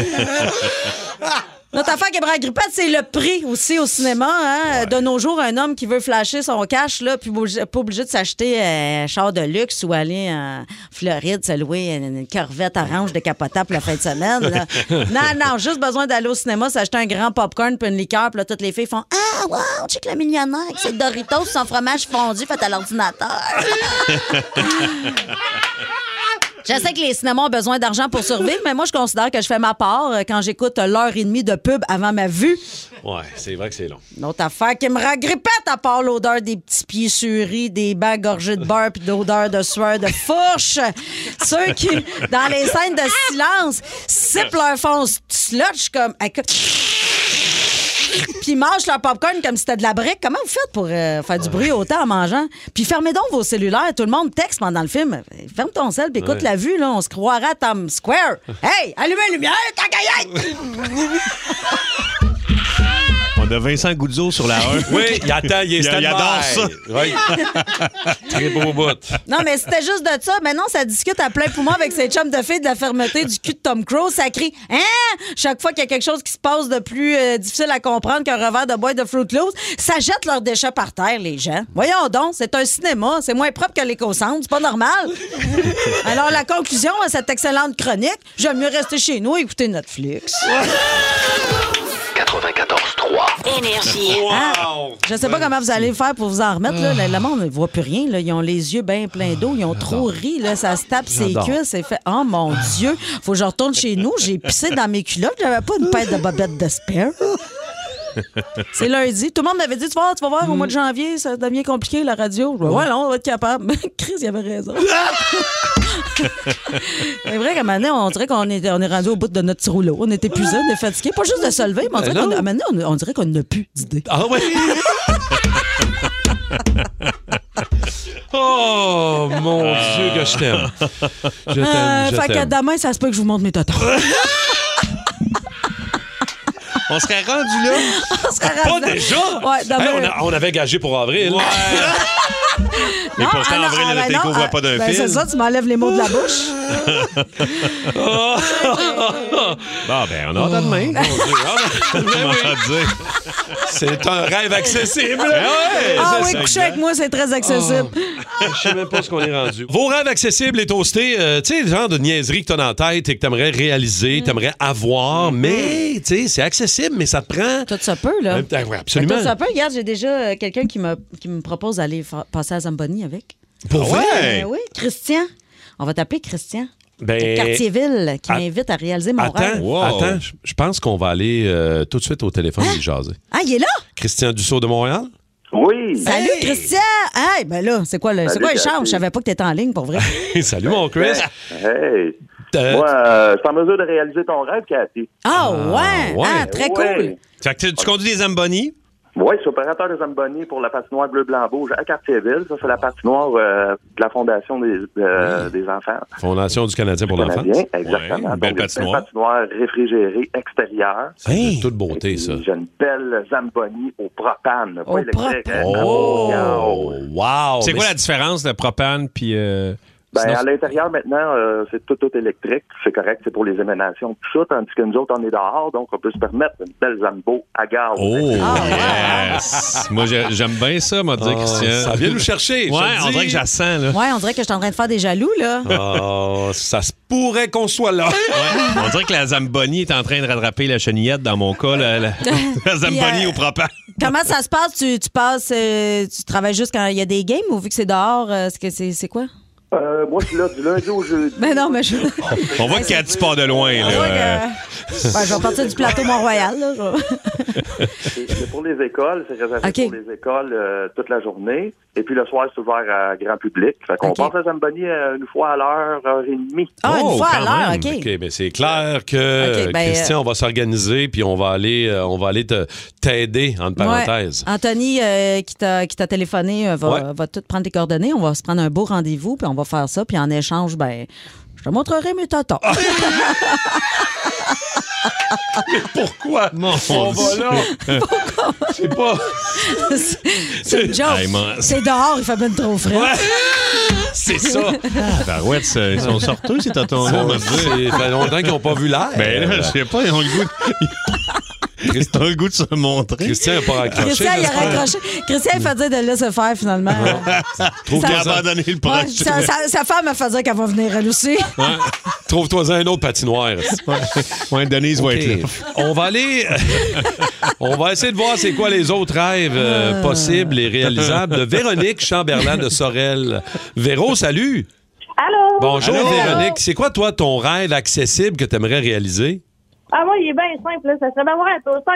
S4: Notre affaire qui me rend grippette, c'est le prix aussi au cinéma. hein. De nos jours, un homme qui veut flasher son cash, là, puis obligé- pas obligé de s'acheter euh, un char de luxe ou aller en Floride se louer une, une corvette orange décapotable la fin de semaine. là. Non, non, juste besoin d'aller au cinéma, s'acheter un grand popcorn puis une liqueur, puis là, toutes les filles font Ah, wow, check le millionnaire, avec ses Doritos sans fromage fondu fait à l'ordinateur. Je sais que les cinémas ont besoin d'argent pour survivre, mais moi, je considère que je fais ma part euh, quand j'écoute l'heure et demie de pub avant ma vue.
S2: Ouais, c'est vrai que c'est long.
S4: Une autre affaire qui me ragrippette à part l'odeur des petits pieds suris, des bains gorgés de beurre puis d'odeur de sueur de fourche. Ceux qui, dans les scènes de silence, sippent leur fond sludge comme... écoute, Puis ils mangent leur popcorn comme si c'était de la brique. Comment vous faites pour euh, faire du bruit autant en mangeant? Puis fermez donc vos cellulaires. Tout le monde texte pendant le film. Ferme ton sel puis écoute
S16: Ouais.
S4: la vue. Là, on se croirait à Tom Square. Hey, allumez la lumière, ta
S3: On a Vincent Goudzo sur la 1.
S2: <laughs> Oui, il attend, il est
S3: Il
S2: stand-by.
S3: adore ça.
S2: Oui.
S3: <laughs>
S2: Très beau bout.
S4: Non, mais c'était juste de ça. Mais non, ça discute à plein poumon avec ses chums de filles de la fermeté du cul de Tom Cruise. Ça crie Hein? Chaque fois qu'il y a quelque chose qui se passe de plus euh, difficile à comprendre qu'un revers de bois de Fruit Loops, ça jette leurs déchets par terre, les gens. Voyons donc, c'est un cinéma. C'est moins propre que l'éco-centre. C'est pas normal. Alors, la conclusion à cette excellente chronique, j'aime mieux rester chez nous et écouter Netflix.
S15: 94-3.
S4: Énergie. Wow! Je sais pas comment vous allez faire pour vous en remettre. Là. Le- Le monde ne voit plus rien. là. Ils ont les yeux bien pleins d'eau. Ils ont trop ri. Là. Ça se tape ses
S16: J'adore.
S4: cuisses. C'est fait. Oh mon Dieu! Faut que je retourne chez nous. J'ai pissé dans mes culottes. J'avais pas une paire de bobettes de spare. C'est lundi. Tout le monde m'avait dit Tu vas voir, tu vas voir, au
S2: Hmm.
S4: mois de janvier, ça devient compliqué, la radio. Je dis, ouais, non, on va être capable. <laughs> Chris, il avait
S2: <laughs>
S4: raison. C'est vrai qu'à un moment donné, on dirait qu'on est, on est rendu au bout de notre petit rouleau. On est épuisé, on est fatigué. Pas juste de se lever, mais on dirait
S16: Ben
S4: qu'on-
S16: non.
S4: à un moment donné, on, on dirait qu'on n'a plus d'idées. <laughs>
S2: Ah ouais? Oh mon
S3: Euh.
S2: Dieu que je t'aime. Je t'aime.
S4: Ah. Euh,
S2: je
S4: fait que
S2: t'aime.
S4: demain, ça se peut que je vous montre mes tontons.
S3: <laughs> On serait rendu là.
S4: <laughs> on serait
S3: Pas
S4: rendu-
S3: déjà?
S4: Ouais, demain.
S2: Hey, on, a- on avait gagé pour avril.
S4: <laughs>
S3: Mais
S4: Non,
S3: pourtant,
S4: ah,
S3: en vrai,
S4: ah,
S3: le
S4: ben
S3: Téco
S4: non,
S3: voit
S4: ah,
S3: pas d'un
S4: ben,
S3: film.
S4: C'est ça, tu m'enlèves les mots de la
S3: <laughs>
S4: bouche.
S3: Ah, bon, ben, on a hâte à demain.
S2: Oh. Ben
S3: Ben
S2: C'est un rêve accessible.
S4: ah oui,
S2: c'est ça,
S4: coucher
S2: exact.
S4: avec moi, c'est très accessible.
S3: Ah.
S2: Je sais même pas ce qu'on est rendu. Vos rêves accessibles et toastés, euh, tu sais, le genre de niaiserie que t'as en tête et que t'aimerais
S4: Mm.
S2: réaliser, t'aimerais avoir, mais, tu sais, c'est accessible, mais ça te prend.
S4: Mm-hmm. Tout ça peut, là.
S2: oui, absolument.
S4: Mais t'as ça un peu, regarde, j'ai déjà euh, quelqu'un qui me, qui me propose d'aller fa- passer à Zamboni avec.
S2: Pour
S4: Ah
S2: vrai?
S4: Ben oui, Christian. On va t'appeler Christian.
S2: Ben,
S4: Cartierville, qui
S2: a-
S4: m'invite à réaliser mon
S2: Attends,
S4: rêve.
S2: attends, je- je pense qu'on va aller euh, tout de suite au téléphone et jaser.
S4: Ah, il est là?
S2: Christian Dussault de Montréal? <laughs>
S17: Oui.
S4: Salut, Christian! Hey, ben là, c'est quoi le, c'est
S17: Salut,
S4: quoi le charme?
S17: Cathy.
S4: Je savais pas que t'étais en ligne, pour vrai.
S2: Salut, mon Chris.
S17: Hey. Moi, euh, je suis en mesure de réaliser ton rêve, Cathy.
S4: Ah, ouais! Ah, très cool!
S3: Fait que tu, tu conduis des Zamboni?
S17: Oui, je suis opérateur de Zamboni pour la patinoire bleu-blanc-rouge à Cartierville. Ça, c'est la patinoire euh, de la Fondation des, euh, des enfants.
S2: Fondation du Canadien pour l'enfance.
S17: Canadien, exactement.
S2: Ouais, belle
S17: Donc,
S2: patinoire.
S17: Une patinoire réfrigérée extérieure.
S2: C'est de toute beauté, ça.
S17: J'ai une belle Zamboni au propane. hein.
S4: Au
S3: Oh!
S2: Wow!
S3: C'est quoi
S17: Mais c'est-
S3: la différence de propane puis... euh,
S17: Ben,
S3: sinon-
S17: à l'intérieur, maintenant, euh, c'est tout, tout électrique. C'est correct, c'est pour les émanations, tout ça. Tandis que nous autres, on est dehors, donc on peut se permettre une belle Zambo à gaz.
S3: Oh, yes! Moi, j'ai- j'aime bien ça, m'a dit
S2: Ah,
S3: Christian.
S2: ça vient nous chercher, je
S3: Ouais,
S2: te
S3: on
S2: dis.
S3: dirait que j'assens, Hein, là. Ah.
S4: Ouais, on dirait que je suis en train de faire des jaloux, là.
S2: Oh, ça se pourrait qu'on
S4: <laughs>
S2: soit là.
S3: On dirait que la Zamboni est en train de rattraper la chenillette dans mon cas.
S4: <laughs>
S3: La, la- la Zamboni
S4: Puis, euh,
S3: au propane.
S4: Comment ça se passe? Tu, tu passes, euh, tu travailles juste quand il y a des games ou vu que c'est dehors, euh, c'est que c'est c'est quoi?
S17: Euh, moi, je suis là du lundi au jeudi.
S4: <laughs> Ben non, mais je.
S3: On voit que Cathy part de loin. Là.
S4: Ouais, je vais partir du plateau Mont-Royal. là, je-
S17: C'est c'est pour les écoles, c'est réservé
S4: OK.
S17: pour les écoles euh, toute la journée. Et puis le soir, c'est ouvert à grand public. Fait qu'on passe à Zamboni euh, une fois à l'heure, heure et demie.
S4: Ah, une
S2: Oh,
S4: fois à
S2: quand
S4: l'heure,
S2: même.
S4: OK.
S2: mais c'est clair que
S4: OK, ben,
S2: Christian, on va s'organiser puis on va aller, euh, on va aller te t'aider entre parenthèses.
S4: Ouais. Anthony, euh, qui t'a qui t'a téléphoné, euh, va,
S2: Ouais.
S4: va tout prendre tes coordonnées. On va se prendre un beau rendez-vous, puis on va faire ça. Puis en échange, ben, je te montrerai mes tatas.
S2: Ah! <laughs> Pourquoi?
S3: On
S4: va là.
S2: C'est pas.
S4: C'est- c'est une joke.
S3: Hey, man.
S4: c'est dehors, il fait bien trop frais. <laughs>
S2: C'est ça.
S3: Ben ouais, c'est- ils sont sorteux, ces tontons
S2: Ça fait longtemps qu'ils n'ont pas vu l'air.
S3: Ben là, je sais pas, ils ont le
S2: <laughs>
S3: goût. de- Ils ont le goût de se montrer. <laughs>
S2: Christian n'a pas raccroché.
S4: Christian, il a raccroché. Christian, il fait dire de le laisser faire, finalement.
S2: Trouve
S3: qu'il a abandonné le
S4: Ouais,
S3: projet.
S4: sa, sa- sa femme me fait dire qu'elle va venir, elle aussi.
S2: Ouais. Trouve-toi un autre patinoire.
S3: Ouais, Denise va être là.
S2: On va aller. <laughs> On va essayer de voir c'est quoi les autres rêves euh, possibles et réalisables de Véronique Chamberlain de Sorel. Véro, salut.
S18: Allô?
S2: Bonjour
S16: Allô?
S2: Véronique. C'est quoi, toi, ton rêve accessible que tu aimerais réaliser?
S16: Ah, moi, il est bien simple. là. Ça serait d'avoir un toaster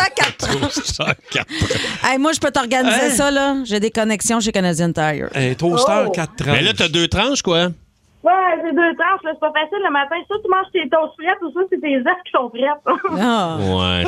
S16: à
S4: <laughs>
S16: 4 tranches.
S4: toaster à 4 Hey, moi, je peux t'organiser
S16: Hein?
S4: ça, là. J'ai des connexions chez Canadian Tire.
S2: Un toaster,
S16: Oh.
S2: quatre
S3: Mais là, t'as deux tranches, quoi.
S16: Ouais, c'est deux tranches. là. C'est pas facile le matin. Soit tu manges tes toasts frites ou soit c'est tes œufs qui sont frites.
S4: Ah. <laughs>
S3: Ouais.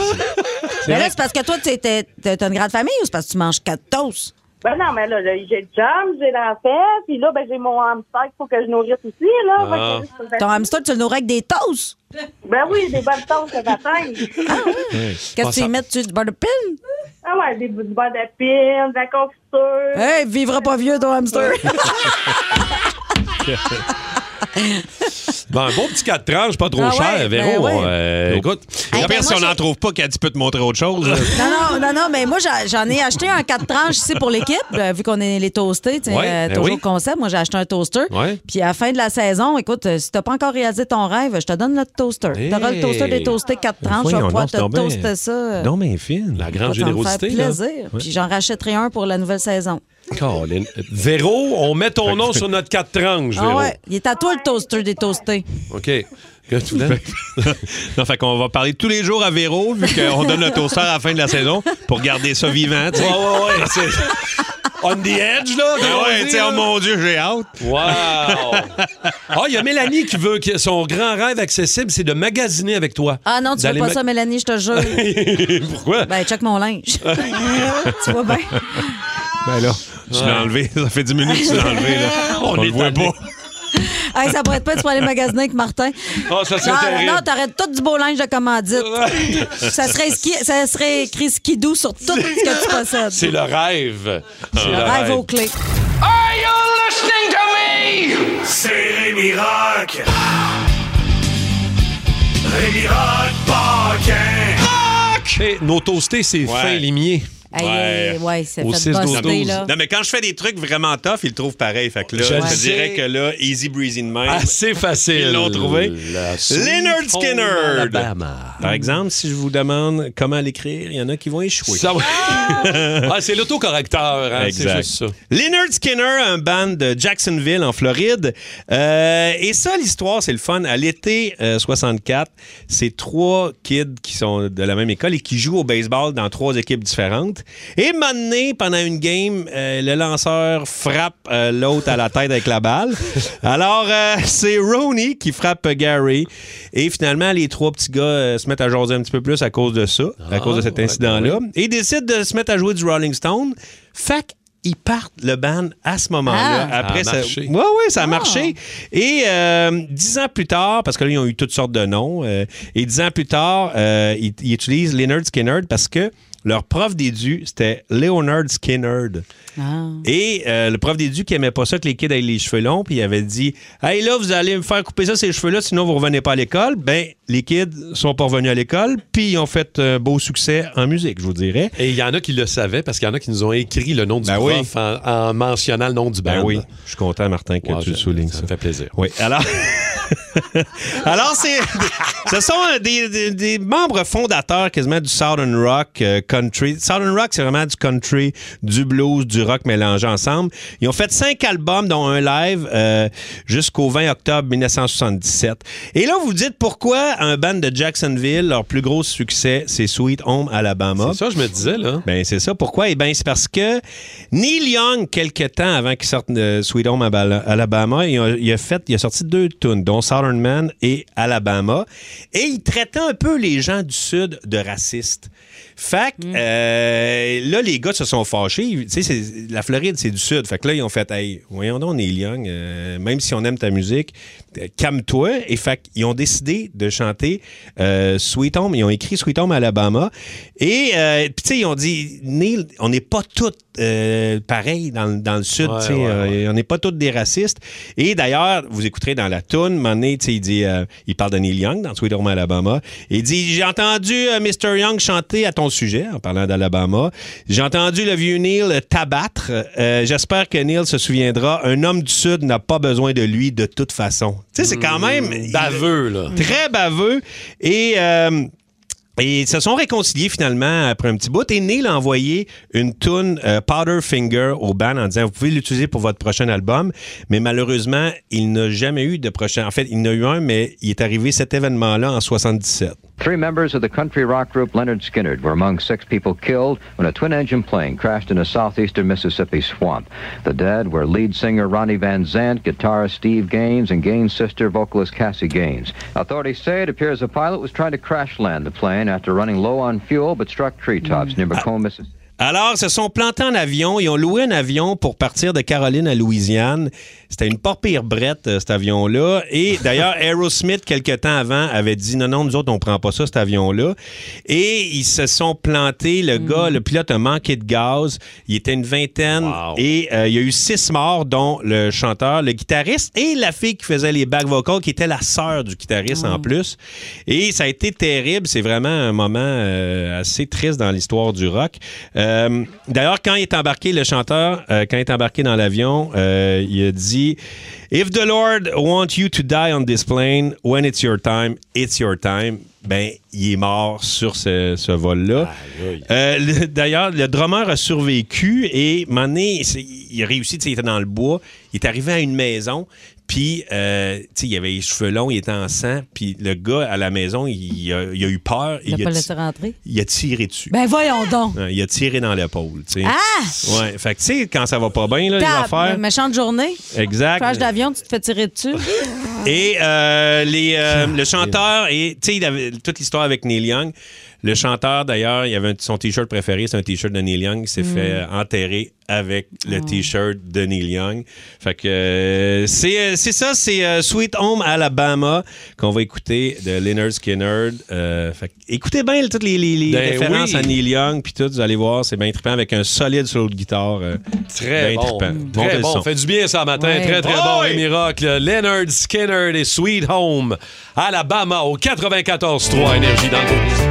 S4: Mais là, c'est parce que toi, tu as une grande famille ou c'est parce que tu manges quatre toasts?
S16: <laughs> Ben non, mais là, là, j'ai le chum, j'ai l'enfant, puis là, ben j'ai mon hamster qu'il faut que je nourrisse aussi, là.
S4: Ah.
S16: Fait que c'est pas
S4: Ton hamster, tu le nourris avec des toasts?
S16: facile. Ben oui, des bonnes toasts le matin.
S4: Qu'est-ce
S3: <laughs>
S16: Ah,
S4: que tu
S2: <laughs>
S16: ça-
S4: y mets? Tu du beurre de pin?
S16: Ah ouais, des bouts de beurre de pine, de la confiture.
S4: Hey, vivra pas vieux, ton hamster!
S2: Ben, un bon petit 4 tranches, pas trop
S4: Ah
S2: cher,
S4: ouais,
S2: Véro.
S4: ben ouais.
S2: Euh, écoute.
S4: Hey, ben, moi,
S3: si on n'en trouve pas, Cathy peut te montrer autre chose.
S4: Non, non, non, non, mais moi, j'a- j'en ai acheté un quatre tranches ici pour l'équipe, euh, vu qu'on est les toastés, tu sais,
S3: Ouais,
S4: euh,
S3: ben
S4: toujours
S3: oui.
S4: le concept. Moi, j'ai acheté un toaster.
S3: Ouais.
S4: Puis à la fin de la saison, écoute, euh, si t'as pas encore réalisé ton rêve, je te donne notre toaster.
S3: Hey.
S4: T'auras le toaster des toastés quatre
S3: Ben,
S4: tranches. Je vais pouvoir te toaster ça. euh,
S3: Non, mais fine. La
S4: ça va
S2: grande
S4: te faire plaisir.
S2: Ouais.
S4: Puis j'en rachèterai un pour la nouvelle saison.
S2: Colin. Véro, on met ton nom sur notre 4 tranches,
S4: Ah
S2: Véro.
S4: ouais, il est à toi le toaster des toastés.
S2: OK. Que tu voulais?
S3: <laughs> non, fait qu'on va parler tous les jours à Véro, vu qu'on donne le toaster à la fin de la saison pour garder ça vivant.
S2: Ouais, ouais, ouais. c'est- <laughs> On the edge, là.
S3: Ben
S2: comme on
S3: ouais,
S2: dit,
S3: tu sais,
S2: là.
S3: oh mon Dieu, j'ai hâte.
S2: Wow! <laughs> Ah, il y a Mélanie qui veut que son grand rêve accessible, c'est de magasiner avec toi.
S4: Ah non, tu veux
S2: D'aller
S4: pas
S2: ma-
S4: ça, Mélanie, je te jure.
S2: <laughs> Pourquoi?
S4: ben, check mon
S2: <laughs>
S4: linge. <laughs> tu vois bien.
S3: Ben là, tu l'as enlevé. Ça fait 10 minutes que tu l'as enlevé. Là. On, le voit pas.
S4: Hey, ça pourrait être pas, tu pourrais aller magasiner avec Martin.
S2: Ah, ça serait
S4: non,
S2: terrible.
S4: non, t'arrêtes tout du beau linge de
S2: <laughs>
S4: commandite. ça, serait ski, ça serait écrit skidou sur tout ce que tu possèdes.
S2: C'est le rêve. C'est
S4: Le rêve aux clés.
S15: Are you listening to me? C'est Rémi Rock. Rémi Rock
S2: Hey, nos toastés, c'est fin limier.
S4: Aïe, aïe, ouais, c'est
S2: Au
S4: fait
S2: 6, 12,
S4: buster,
S2: 12.
S4: là.
S3: Non, mais quand je fais des trucs vraiment tough, ils le trouvent pareil. Fait que là,
S2: Je
S3: je,
S2: le
S3: te
S2: sais.
S3: dirais que là, easy breezy de même.
S2: Assez facile.
S3: Ils l'ont trouvé.
S2: La
S3: Leonard
S2: Soul
S3: Skinner.
S2: Alabama.
S3: Par exemple, si je vous demande comment l'écrire, il y en a qui vont échouer.
S2: Ça, ouais. <laughs> ah, c'est l'autocorrecteur, hein, c'est
S3: Exact.
S2: juste ça.
S3: Leonard Skinner, un band de Jacksonville, en Floride. Euh, et ça, l'histoire, c'est le fun. À l'été euh, 64, c'est trois kids qui sont de la même école et qui jouent au baseball dans trois équipes différentes. Et maintenant, pendant une game, euh, le lanceur frappe euh, l'autre à la tête avec
S2: <laughs>
S3: la balle. Alors, euh, c'est Ronnie qui frappe Gary. Et finalement, les trois petits gars euh, se mettent à jaser un petit peu plus à cause de ça,
S2: Ah,
S3: à cause de cet incident-là. Et ils décident de se mettre à jouer du Rolling Stone. Fait qu'ils partent le band à ce moment-là.
S2: Ah.
S3: Après,
S2: Ça a marché.
S3: Ouais, ouais, ça a marché. Et euh, dix ans plus tard, parce que là, ils ont eu toutes sortes de noms, euh, et dix ans plus tard, euh, ils, ils utilisent Leonard Skinner parce que leur prof d'édu, c'était Leonard Skinner.
S4: Ah.
S3: Et euh, le prof d'édu qui aimait pas ça que les kids aient les cheveux longs, puis il avait dit Hey là, vous allez me faire couper ça, ces cheveux-là, sinon vous revenez pas à l'école. Ben, les kids sont pas revenus à l'école, puis ils ont fait un beau succès en musique, je vous dirais.
S2: Et il y en a qui le savaient parce qu'il y en a qui nous ont écrit le nom du prof
S3: Ben oui.
S2: en, en mentionnant le nom du band. <laughs>
S3: Ben oui, je suis content, Martin, que
S2: Wow,
S3: tu le
S2: ça-
S3: soulignes.
S2: Ça me fait plaisir.
S3: Oui, alors. alors, c'est, ce sont euh, des, des- des membres fondateurs quasiment du Southern Rock euh, Country. Southern Rock, c'est vraiment du country, du blues, du rock mélangé ensemble. Ils ont fait cinq albums, dont un live, euh, jusqu'au 20 octobre 1977. Et là, vous vous dites pourquoi un band de Jacksonville, leur plus gros succès, c'est Sweet Home Alabama.
S2: C'est ça, je me disais, là.
S3: Ben, c'est ça. Pourquoi? Eh bien, c'est parce que Neil Young, quelque temps avant qu'il sorte de Sweet Home Abala- Alabama, il a, il a fait, il a sorti deux tunes, dont Southern Man et Alabama. Et il traitait un peu les gens du Sud de racistes. Fait
S2: Mm.
S3: que, euh, là, les gars se sont fâchés. Ils- Tu sais, c'est- la Floride, c'est du Sud. Fait que là, ils ont fait, hey, voyons donc, Neil Young, euh, même si on aime ta musique, euh, calme-toi. Et fait qu'ils ont décidé de chanter euh, Sweet Home. Ils ont écrit Sweet Home Alabama. Et, euh, puis, tu sais, ils ont dit, Neil, on n'est pas tous euh, pareils dans, le- dans le Sud.
S2: Ouais,
S3: tu sais,
S2: ouais,
S3: euh, on n'est pas tous des racistes. Et d'ailleurs, vous écouterez dans la toune, un moment donné, tu sais, il dit, euh, il parle de Neil Young dans Sweet Home Alabama. Il dit, j'ai entendu euh, Mr. Young chanter à ton sujet, en parlant d'Alabama. J'ai entendu le vieux Neil t'abattre. Euh, J'espère que Neil se souviendra. Un homme du Sud n'a pas besoin de lui de toute
S2: Hmm.
S3: façon. Tu sais, c'est quand même...
S2: Baveux, là.
S3: Très baveux. Et... euh, Et ils se sont réconciliés finalement après un petit bout. Et Neil a envoyé une toune euh, Powderfinger au band en disant Vous pouvez l'utiliser pour votre prochain album. Mais malheureusement, il n'a jamais eu de prochain. En fait, il n'a eu un, mais il est arrivé cet événement-là en 77.
S18: Three members of the country rock group Leonard Skinnard were among six people killed when a twin engine plane crashed in a southeastern Mississippi swamp. The dead were lead singer Ronnie Van Zant, guitarist Steve Gaines, and Gaines' sister, vocalist Cassie Gaines. Authorities say it appears the pilot was trying to crash land the plane after running low on fuel but struck treetops near Macomb, Mississippi.
S3: Alors, se sont plantés en avion. Ils ont loué un avion pour partir de Caroline à Louisiane. C'était une pas pire brette, euh, cet avion-là. Et d'ailleurs, Aerosmith, quelque temps avant, avait dit non, non, nous autres, on prend pas ça, cet avion-là. Et ils se sont plantés. Le gars, le pilote a manqué de gaz. Il était une vingtaine. Et euh, il y a eu six morts, dont le chanteur, le guitariste et la fille qui faisait les back vocals, qui était la sœur du guitariste en plus. Et ça a été terrible. C'est vraiment un moment euh, assez triste dans l'histoire du rock. Euh, D'ailleurs, quand il est embarqué, le chanteur, euh, quand il est embarqué dans l'avion, euh, il a dit If the Lord wants you to die on this plane, when it's your time, it's your time. Ben, il est mort sur ce, ce vol-là. Euh, le- D'ailleurs, le drummer a survécu et Mané, il a réussi, tu sais, il était dans le bois, il est arrivé à une maison, puis euh, tu sais, il avait les cheveux longs, il était en sang, puis le gars à la maison, il a, il a eu peur. et
S4: Il n'a
S3: il,
S4: pas
S3: a
S4: laissé
S3: ti-
S4: rentrer.
S3: il a tiré dessus.
S4: Ben voyons donc.
S3: Ouais, Il a tiré dans l'épaule. tu sais.
S4: Ah!
S3: Ouais, fait que tu sais, quand ça va pas bien, là, les
S4: Tape,
S3: affaires.
S4: méchante journée.
S3: Exact.
S4: Crash d'avion, tu te fais tirer dessus.
S3: Et euh, les, euh, le chanteur, et tu sais, il avait toute l'histoire avec Neil Young. Le chanteur, d'ailleurs, il avait un- son t-shirt préféré, c'est un t-shirt de Neil Young qui s'est
S2: Mm. Ah.
S3: fait euh, enterrer avec le t-shirt de Neil Young. Fait que euh, c'est euh, c'est ça, c'est euh, Sweet Home Alabama qu'on va écouter de Leonard Skinner. Euh, fait que écoutez bien toutes les, les- les
S2: Ben
S3: références
S2: oui.
S3: à Neil Young, puis tout, vous allez voir, c'est bien trippant avec un solide solo de guitare. euh,
S2: Très
S3: bien
S2: bon. Mm.
S3: trippant. Montez
S2: Très
S3: le
S2: bon.
S3: son.
S2: Fait du bien ça matin.
S3: Ouais.
S2: Très, très
S3: Oh
S2: bon.
S3: oui.
S2: Les miracles. Leonard Skinner et Sweet Home. Alabama au 94-3 Énergie dans le boost.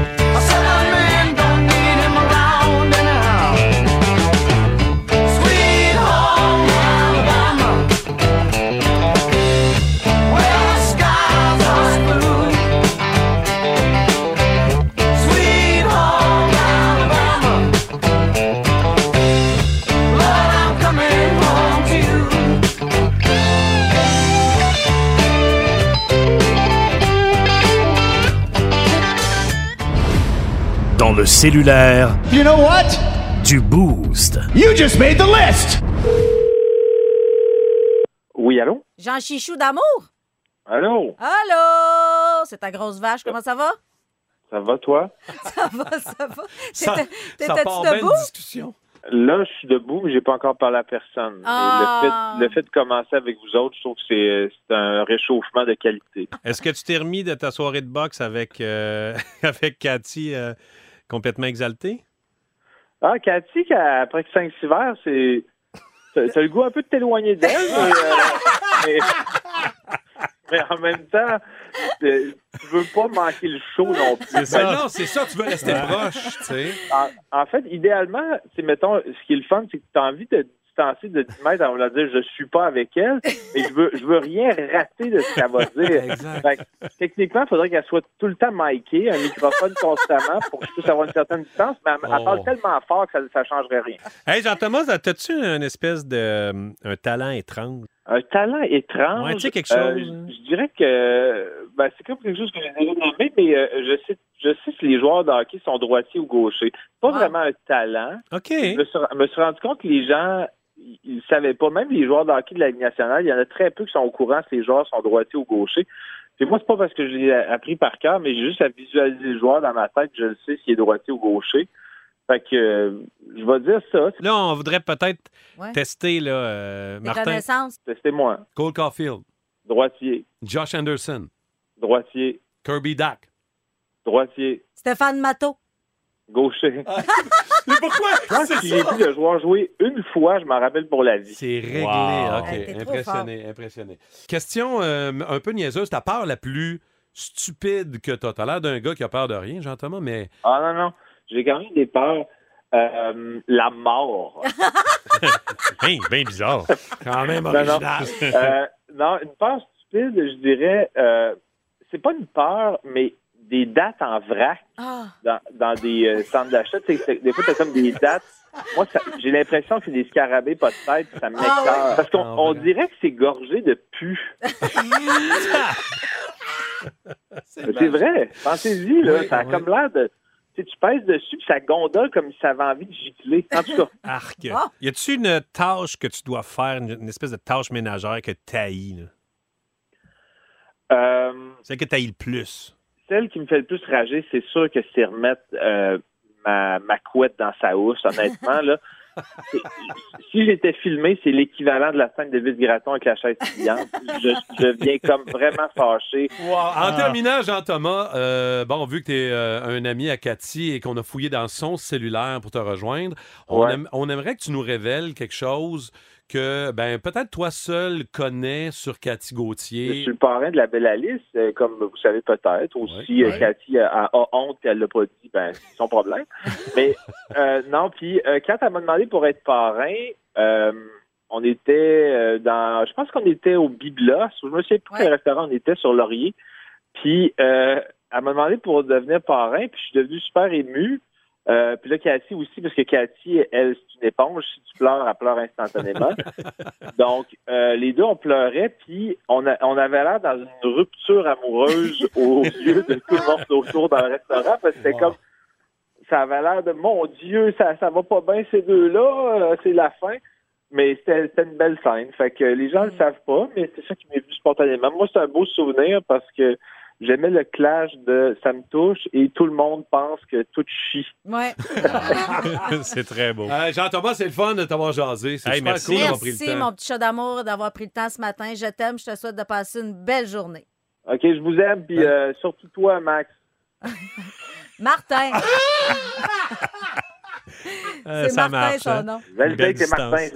S1: Dans le cellulaire
S19: You know what?
S1: du Boost.
S19: You just made the list!
S20: Oui, allô?
S4: <laughs> Jean Chichou d'amour.
S20: Allô?
S4: Allô? C'est ta grosse vache, comment ça va? <laughs>
S20: Ça va, toi?
S4: Ça va, ça va.
S20: Ça-
S4: T'étais-
S20: ça
S4: T'étais-tu
S20: part bien,
S4: debout?
S20: une Là, je suis debout, mais j'ai pas encore parlé à personne. Et
S4: Ah.
S20: le, fait, le fait de commencer avec vous autres, je trouve que c'est- c'est un réchauffement de qualité.
S3: Est-ce que tu t'es remis de ta soirée de boxe avec, euh, <laughs> avec Cathy euh, complètement exaltée?
S20: Ah, Cathy, qu'à- après 5-6 verres, c'est. T'as t'as le goût un peu de t'éloigner d'elle, mais, euh, mais- mais en même temps, euh, tu veux pas manquer le show non plus.
S2: C'est ça.
S20: Ben,
S2: non, c'est ça, tu veux rester
S20: Ouais.
S2: proche, tu sais.
S20: En, en fait, idéalement, c'est mettons, ce qui est le fun, c'est que tu as envie de te distancer de 10 mètres en voulant dire je suis pas avec elle, et je veux, je veux rien rater de ce qu'elle va dire. Fait que, techniquement, il faudrait qu'elle soit tout le temps micée, un microphone constamment pour que je puisse avoir une certaine distance, mais elle, elle parle
S3: Oh.
S20: tellement fort que ça ne changerait rien.
S3: Hey, Jean-Thomas, as-tu une espèce de. euh, un talent étrange?
S20: Un talent étrange.
S3: Ouais, tu sais, quelque
S20: euh,
S3: chose, hein.
S20: je- je dirais que euh, ben, c'est comme quelque chose que j'ai déjà nommé, mais euh, je sais je sais si les joueurs de hockey sont droitiers ou gauchers. C'est Pas vraiment un talent.
S3: Ah. OK.
S20: Je me suis, me suis rendu compte que les gens ils- ils savaient pas, même les joueurs de hockey de la Ligue nationale, il y en a très peu qui sont au courant si les joueurs sont droitiers ou gauchers. Puis moi, c'est pas parce que je l'ai appris par cœur, mais j'ai juste à visualiser le joueur dans ma tête, je le sais s'il est droitier ou gaucher. Fait que euh, je vais dire ça.
S3: Là, on voudrait peut-être
S4: Ouais.
S3: tester là, euh,
S4: Tes
S3: Martin.
S4: connaissances.
S20: C'était moi.
S2: Cole Caulfield.
S20: Droitier.
S2: Josh Anderson.
S20: Droitier.
S2: Kirby Dack.
S20: Droitier.
S4: Stéphane Matteau.
S3: Ah,
S20: Gaucher.
S4: Mais <laughs> pourquoi?
S20: Je pense que j'ai vu le joueur jouer une fois, je m'en rappelle pour la vie.
S2: C'est réglé.
S20: Wow.
S2: OK.
S20: Hey, t'es trop
S2: impressionné, impressionné. Question euh, un peu niaiseuse. Ta peur la plus stupide que t'as. T'as l'air d'un gars qui a peur de rien, Jean-Thomas, mais.
S20: Ah non, non. J'ai quand même des peurs. Euh, la mort.
S3: Hein, bien
S20: <laughs>
S3: bizarre. Quand même
S20: Non, non.
S3: original.
S20: Euh, non, une peur stupide, je dirais, euh, c'est pas une peur, mais des dates en vrac dans, dans des euh, centres d'achat. Tu sais, c'est- Des fois, t'as comme des dates. Moi, ça- j'ai l'impression que c'est des scarabées pas de tête, puis ça me
S13: Ah
S20: m'écoeure.
S13: ouais.
S20: Parce qu'on
S13: Ah,
S20: on dirait que c'est gorgé de pu. Mais <laughs> C'est vrai. Pensez-y, là. ça a comme l'air de. Tu sais, tu pèses dessus, puis ça gondole comme si ça avait envie de gicler. En tout cas. <laughs>
S3: Arc.
S20: Ah.
S3: Y a-tu une tâche que tu dois faire, une, une espèce de tâche ménagère que t'haïs?
S20: Euh,
S3: Celle que t'haïs le plus?
S20: Celle qui me fait le plus rager, c'est sûr que c'est remettre euh, ma, ma couette dans sa housse, honnêtement. <laughs> Là. C'est- Si j'étais filmé, c'est l'équivalent de la scène de vice-graton avec la chaise pliante. Je, je viens comme vraiment fâché.
S2: En terminant, Jean-Thomas, euh, bon, vu que tu es un ami à Cathy et qu'on a fouillé dans son cellulaire pour te rejoindre, on,
S20: Ouais.
S2: aime- on aimerait que tu nous révèles quelque chose que ben peut-être toi seul connais sur Cathy
S20: Je
S2: Gauthier.
S20: suis le parrain de la Belle Alice, euh, comme vous savez peut-être. Ou si euh,
S2: ouais.
S20: Cathy a, a- a honte qu'elle l'a pas dit, ben, c'est
S2: <laughs>
S20: son problème. Mais euh, non, puis euh, quand elle m'a demandé pour être parrain, euh, on était euh, dans... Je pense qu'on était au Biblos, ou je me sais plus quel restaurant on était, sur Laurier. Puis euh, elle m'a demandé pour devenir parrain, puis je suis devenu super ému. Euh, puis là, Cathy aussi, parce que Cathy, elle, c'est une éponge. Si tu pleures, elle pleure
S2: <laughs>
S19: <laughs>
S20: instantanément. Donc, euh, les deux, on pleurait, puis on, a- on avait l'air dans une rupture
S3: <laughs>
S20: amoureuse aux yeux de tout le monde autour dans le restaurant, parce que c'était comme, ça avait l'air de, mon Dieu, ça, ça va pas bien ces deux-là, euh, c'est la fin. Mais c'était c'était une belle scène. Fait que les gens le
S4: Mm.
S20: savent pas, mais c'est ça qui m'est venu spontanément. Moi, c'est un beau souvenir parce que j'aimais le clash de ça me touche et tout le monde pense que tout chie.
S4: Ouais.
S2: <laughs>
S3: c'est très beau.
S2: Euh, Jean-Thomas, c'est le fun de t'avoir jasé. C'est
S3: Hey,
S2: super
S3: merci.
S2: cool d'avoir pris le
S4: Merci,
S2: temps.
S4: mon petit chat d'amour, d'avoir pris le temps ce matin. Je t'aime. Je te souhaite de passer une belle journée.
S20: OK, je vous aime, puis euh, surtout toi, Max.
S4: Martin.
S3: Euh,
S4: C'est
S3: ça
S4: Martin,
S3: marche.
S4: son
S3: hein.
S4: nom.
S20: Belle
S3: Une
S20: date, c'est
S3: distance.
S20: Martin,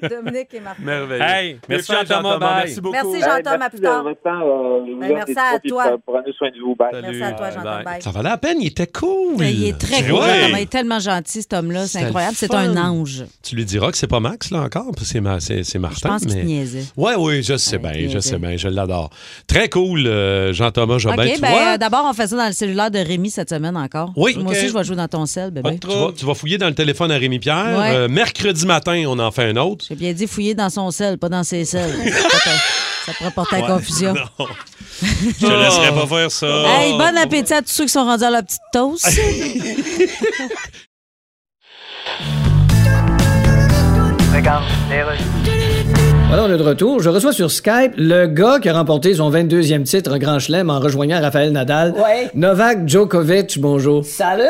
S20: c'est
S4: Dominique et Martin.
S2: Merveilleux.
S3: Hey, merci
S2: Merci,
S3: Jean-Thomas.
S2: Jean-Thomas,
S3: bye.
S2: merci beaucoup.
S4: Merci, Jean-Thomas, à plus tard.
S20: euh,
S4: Ben, merci à toi.
S20: Prenez soin de vous. Bye.
S4: Merci à toi, Jean-Thomas. Bye.
S2: Ça valait la peine, il était cool.
S4: Mais il est très
S2: Euh, Ouais.
S4: cool. Il est tellement gentil, cet homme-là. C'est
S2: C'était
S4: incroyable.
S2: le
S4: C'est un
S2: fun.
S4: ange.
S2: Tu lui diras que c'est pas Max, là, encore, parce que c'est ma- c'est c'est Martin.
S4: pense qu'il
S2: mais...
S4: te niaisait.
S2: Ouais, oui, je sais bien, je sais bien, je l'adore. Très cool, euh, Jean-Thomas Jobin.
S4: OK,
S2: tu
S4: ben,
S2: vois?
S4: euh, d'abord, on fait ça dans le cellulaire de Rémi cette semaine encore.
S2: Oui.
S4: Moi
S2: OK.
S4: aussi, je vais jouer dans ton sel,
S2: Pas
S4: bébé.
S2: de tu, vas, tu vas fouiller dans le téléphone à Rémi Pierre.
S4: Ouais.
S2: Euh, mercredi matin, on en fait un autre.
S4: J'ai bien dit fouiller dans son sel, pas dans ses
S2: <laughs>
S4: selles. ça pourrait porter à
S2: Ouais. <laughs>
S4: confusion. <laughs> Oh.
S3: Non. Je te laisserai pas faire ça.
S4: Hey, bon appétit à tous ceux qui sont rendus à la petite toast.
S6: Voilà, on est de retour. Je reçois sur Skype le gars qui a remporté son 22e titre en Grand Chelem en rejoignant Raphaël Nadal.
S7: Ouais.
S6: Novak Djokovic, bonjour.
S7: Salut!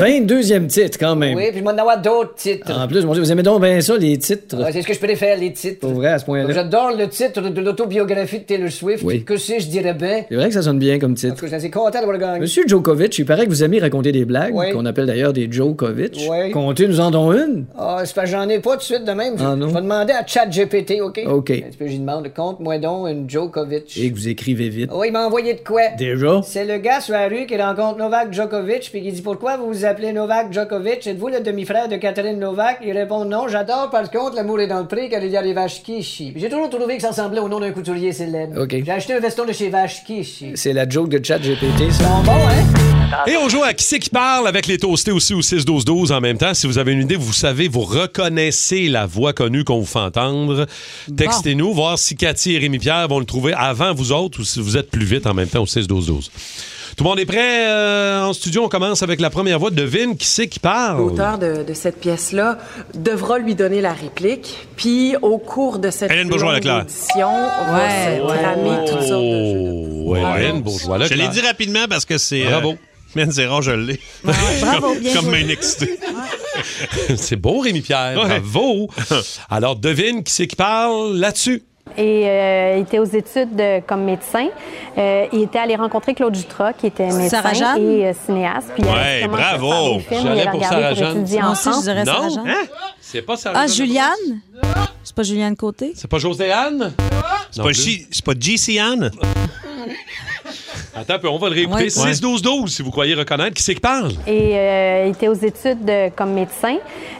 S6: 22e titre, quand même.
S7: Oui, puis je m'en avoir d'autres titres.
S6: En plus, mon Dieu, vous aimez donc bien ça, les titres.
S7: Ouais, c'est ce que je préfère, les titres.
S6: Pour vrai, à ce point-là.
S7: J'adore le titre de l'autobiographie de Taylor Swift.
S6: Oui.
S7: Que sais-je dirais bien?
S6: C'est vrai que ça sonne bien comme
S7: En tout
S6: titre.
S7: cas, je suis assez content d'avoir gagné.
S6: Monsieur Djokovic, il paraît que vous aimez raconter des blagues,
S7: Oui.
S6: qu'on appelle d'ailleurs des Djokovic.
S7: Oui.
S6: Comptez, nous en donnons une.
S7: Ah, c'est parce que j'en ai pas tout de suite de même. Je-
S6: Ah, non?
S7: Je vais demander à ChatGPT, OK?
S6: OK.
S7: Un petit peu, j'y demande, compte-moi donc une Djokovic.
S6: Et que vous écrivez vite.
S7: Oh, il m'a envoyé de quoi?
S6: Déjà?
S7: C'est le gars sur la rue qui rencontre Novak Djokovic puis qui dit pourquoi vous vous appelez Novak Djokovic êtes-vous le demi-frère de Catherine Novak il répond non j'adore par contre l'amour est dans le prix car il y a les vaches qui chient j'ai toujours trouvé que ça ressemblait au nom d'un couturier célèbre
S6: OK.
S7: j'ai acheté un veston de chez vaches qui chient
S6: C'est la joke de chat GPT, ça.
S7: bon hein
S2: Et on joue à qui c'est qui parle avec les toastés aussi au 6-12-12 en même temps. Si vous avez une idée, vous savez, vous reconnaissez la voix connue qu'on vous fait entendre. Textez-nous, voir si Cathy et Rémi-Pierre vont le trouver avant vous autres ou si vous êtes plus vite en même temps au 6-12-12. Tout le monde est prêt euh, en studio? On commence avec la première voix. Devine qui c'est qui parle.
S21: L'auteur de, de cette pièce-là devra lui donner la réplique, puis au cours de cette
S2: Hélène Bourgeois-Leclerc.
S21: audition, on va
S4: Ouais,
S21: se
S4: ouais.
S21: cramer toutes sortes de
S2: Oh,
S20: Ah,
S2: Hélène Bourgeois.
S3: Je l'ai
S2: Leclerc.
S3: dit rapidement parce que c'est.
S2: Bravo.
S3: euh, Man, c'est rare, je l'ai.
S2: bravo,
S3: <laughs> Comme-
S2: bien
S3: Comme
S2: joué.
S3: un excité.
S2: c'est beau, Rémi-Pierre.
S3: <laughs>
S2: Bravo. Alors, devine qui c'est qui parle là-dessus.
S22: Et euh, il était aux études de- comme médecin. Euh, il était allé rencontrer Claude Jutras, qui était médecin
S4: Sarah Jeanne?
S22: et euh, cinéaste. Puis il avait
S3: Ouais,
S22: commencé
S3: bravo.
S22: par les films, il
S3: J'allais
S22: avait
S3: pour
S22: regardé
S3: Sarah
S22: pour
S3: Jeanne.
S22: étudier
S4: Moi
S22: en
S4: aussi, je
S22: France.
S4: dirais Sarah
S2: non?
S4: Jeanne.
S2: <laughs> Hein? C'est pas Sarah
S4: Ah,
S2: Jeanne.
S4: Juliane? C'est pas Juliane Côté?
S2: C'est pas José-Anne?
S3: C'est pas, G- c'est pas GC Anne?
S2: <laughs> Attends un peu, on va le réécouter.
S22: Ouais.
S2: 6-12-12, si vous croyez reconnaître. Qui c'est qui
S3: <laughs>
S2: parle?
S22: Et euh, il était aux études de- comme médecin.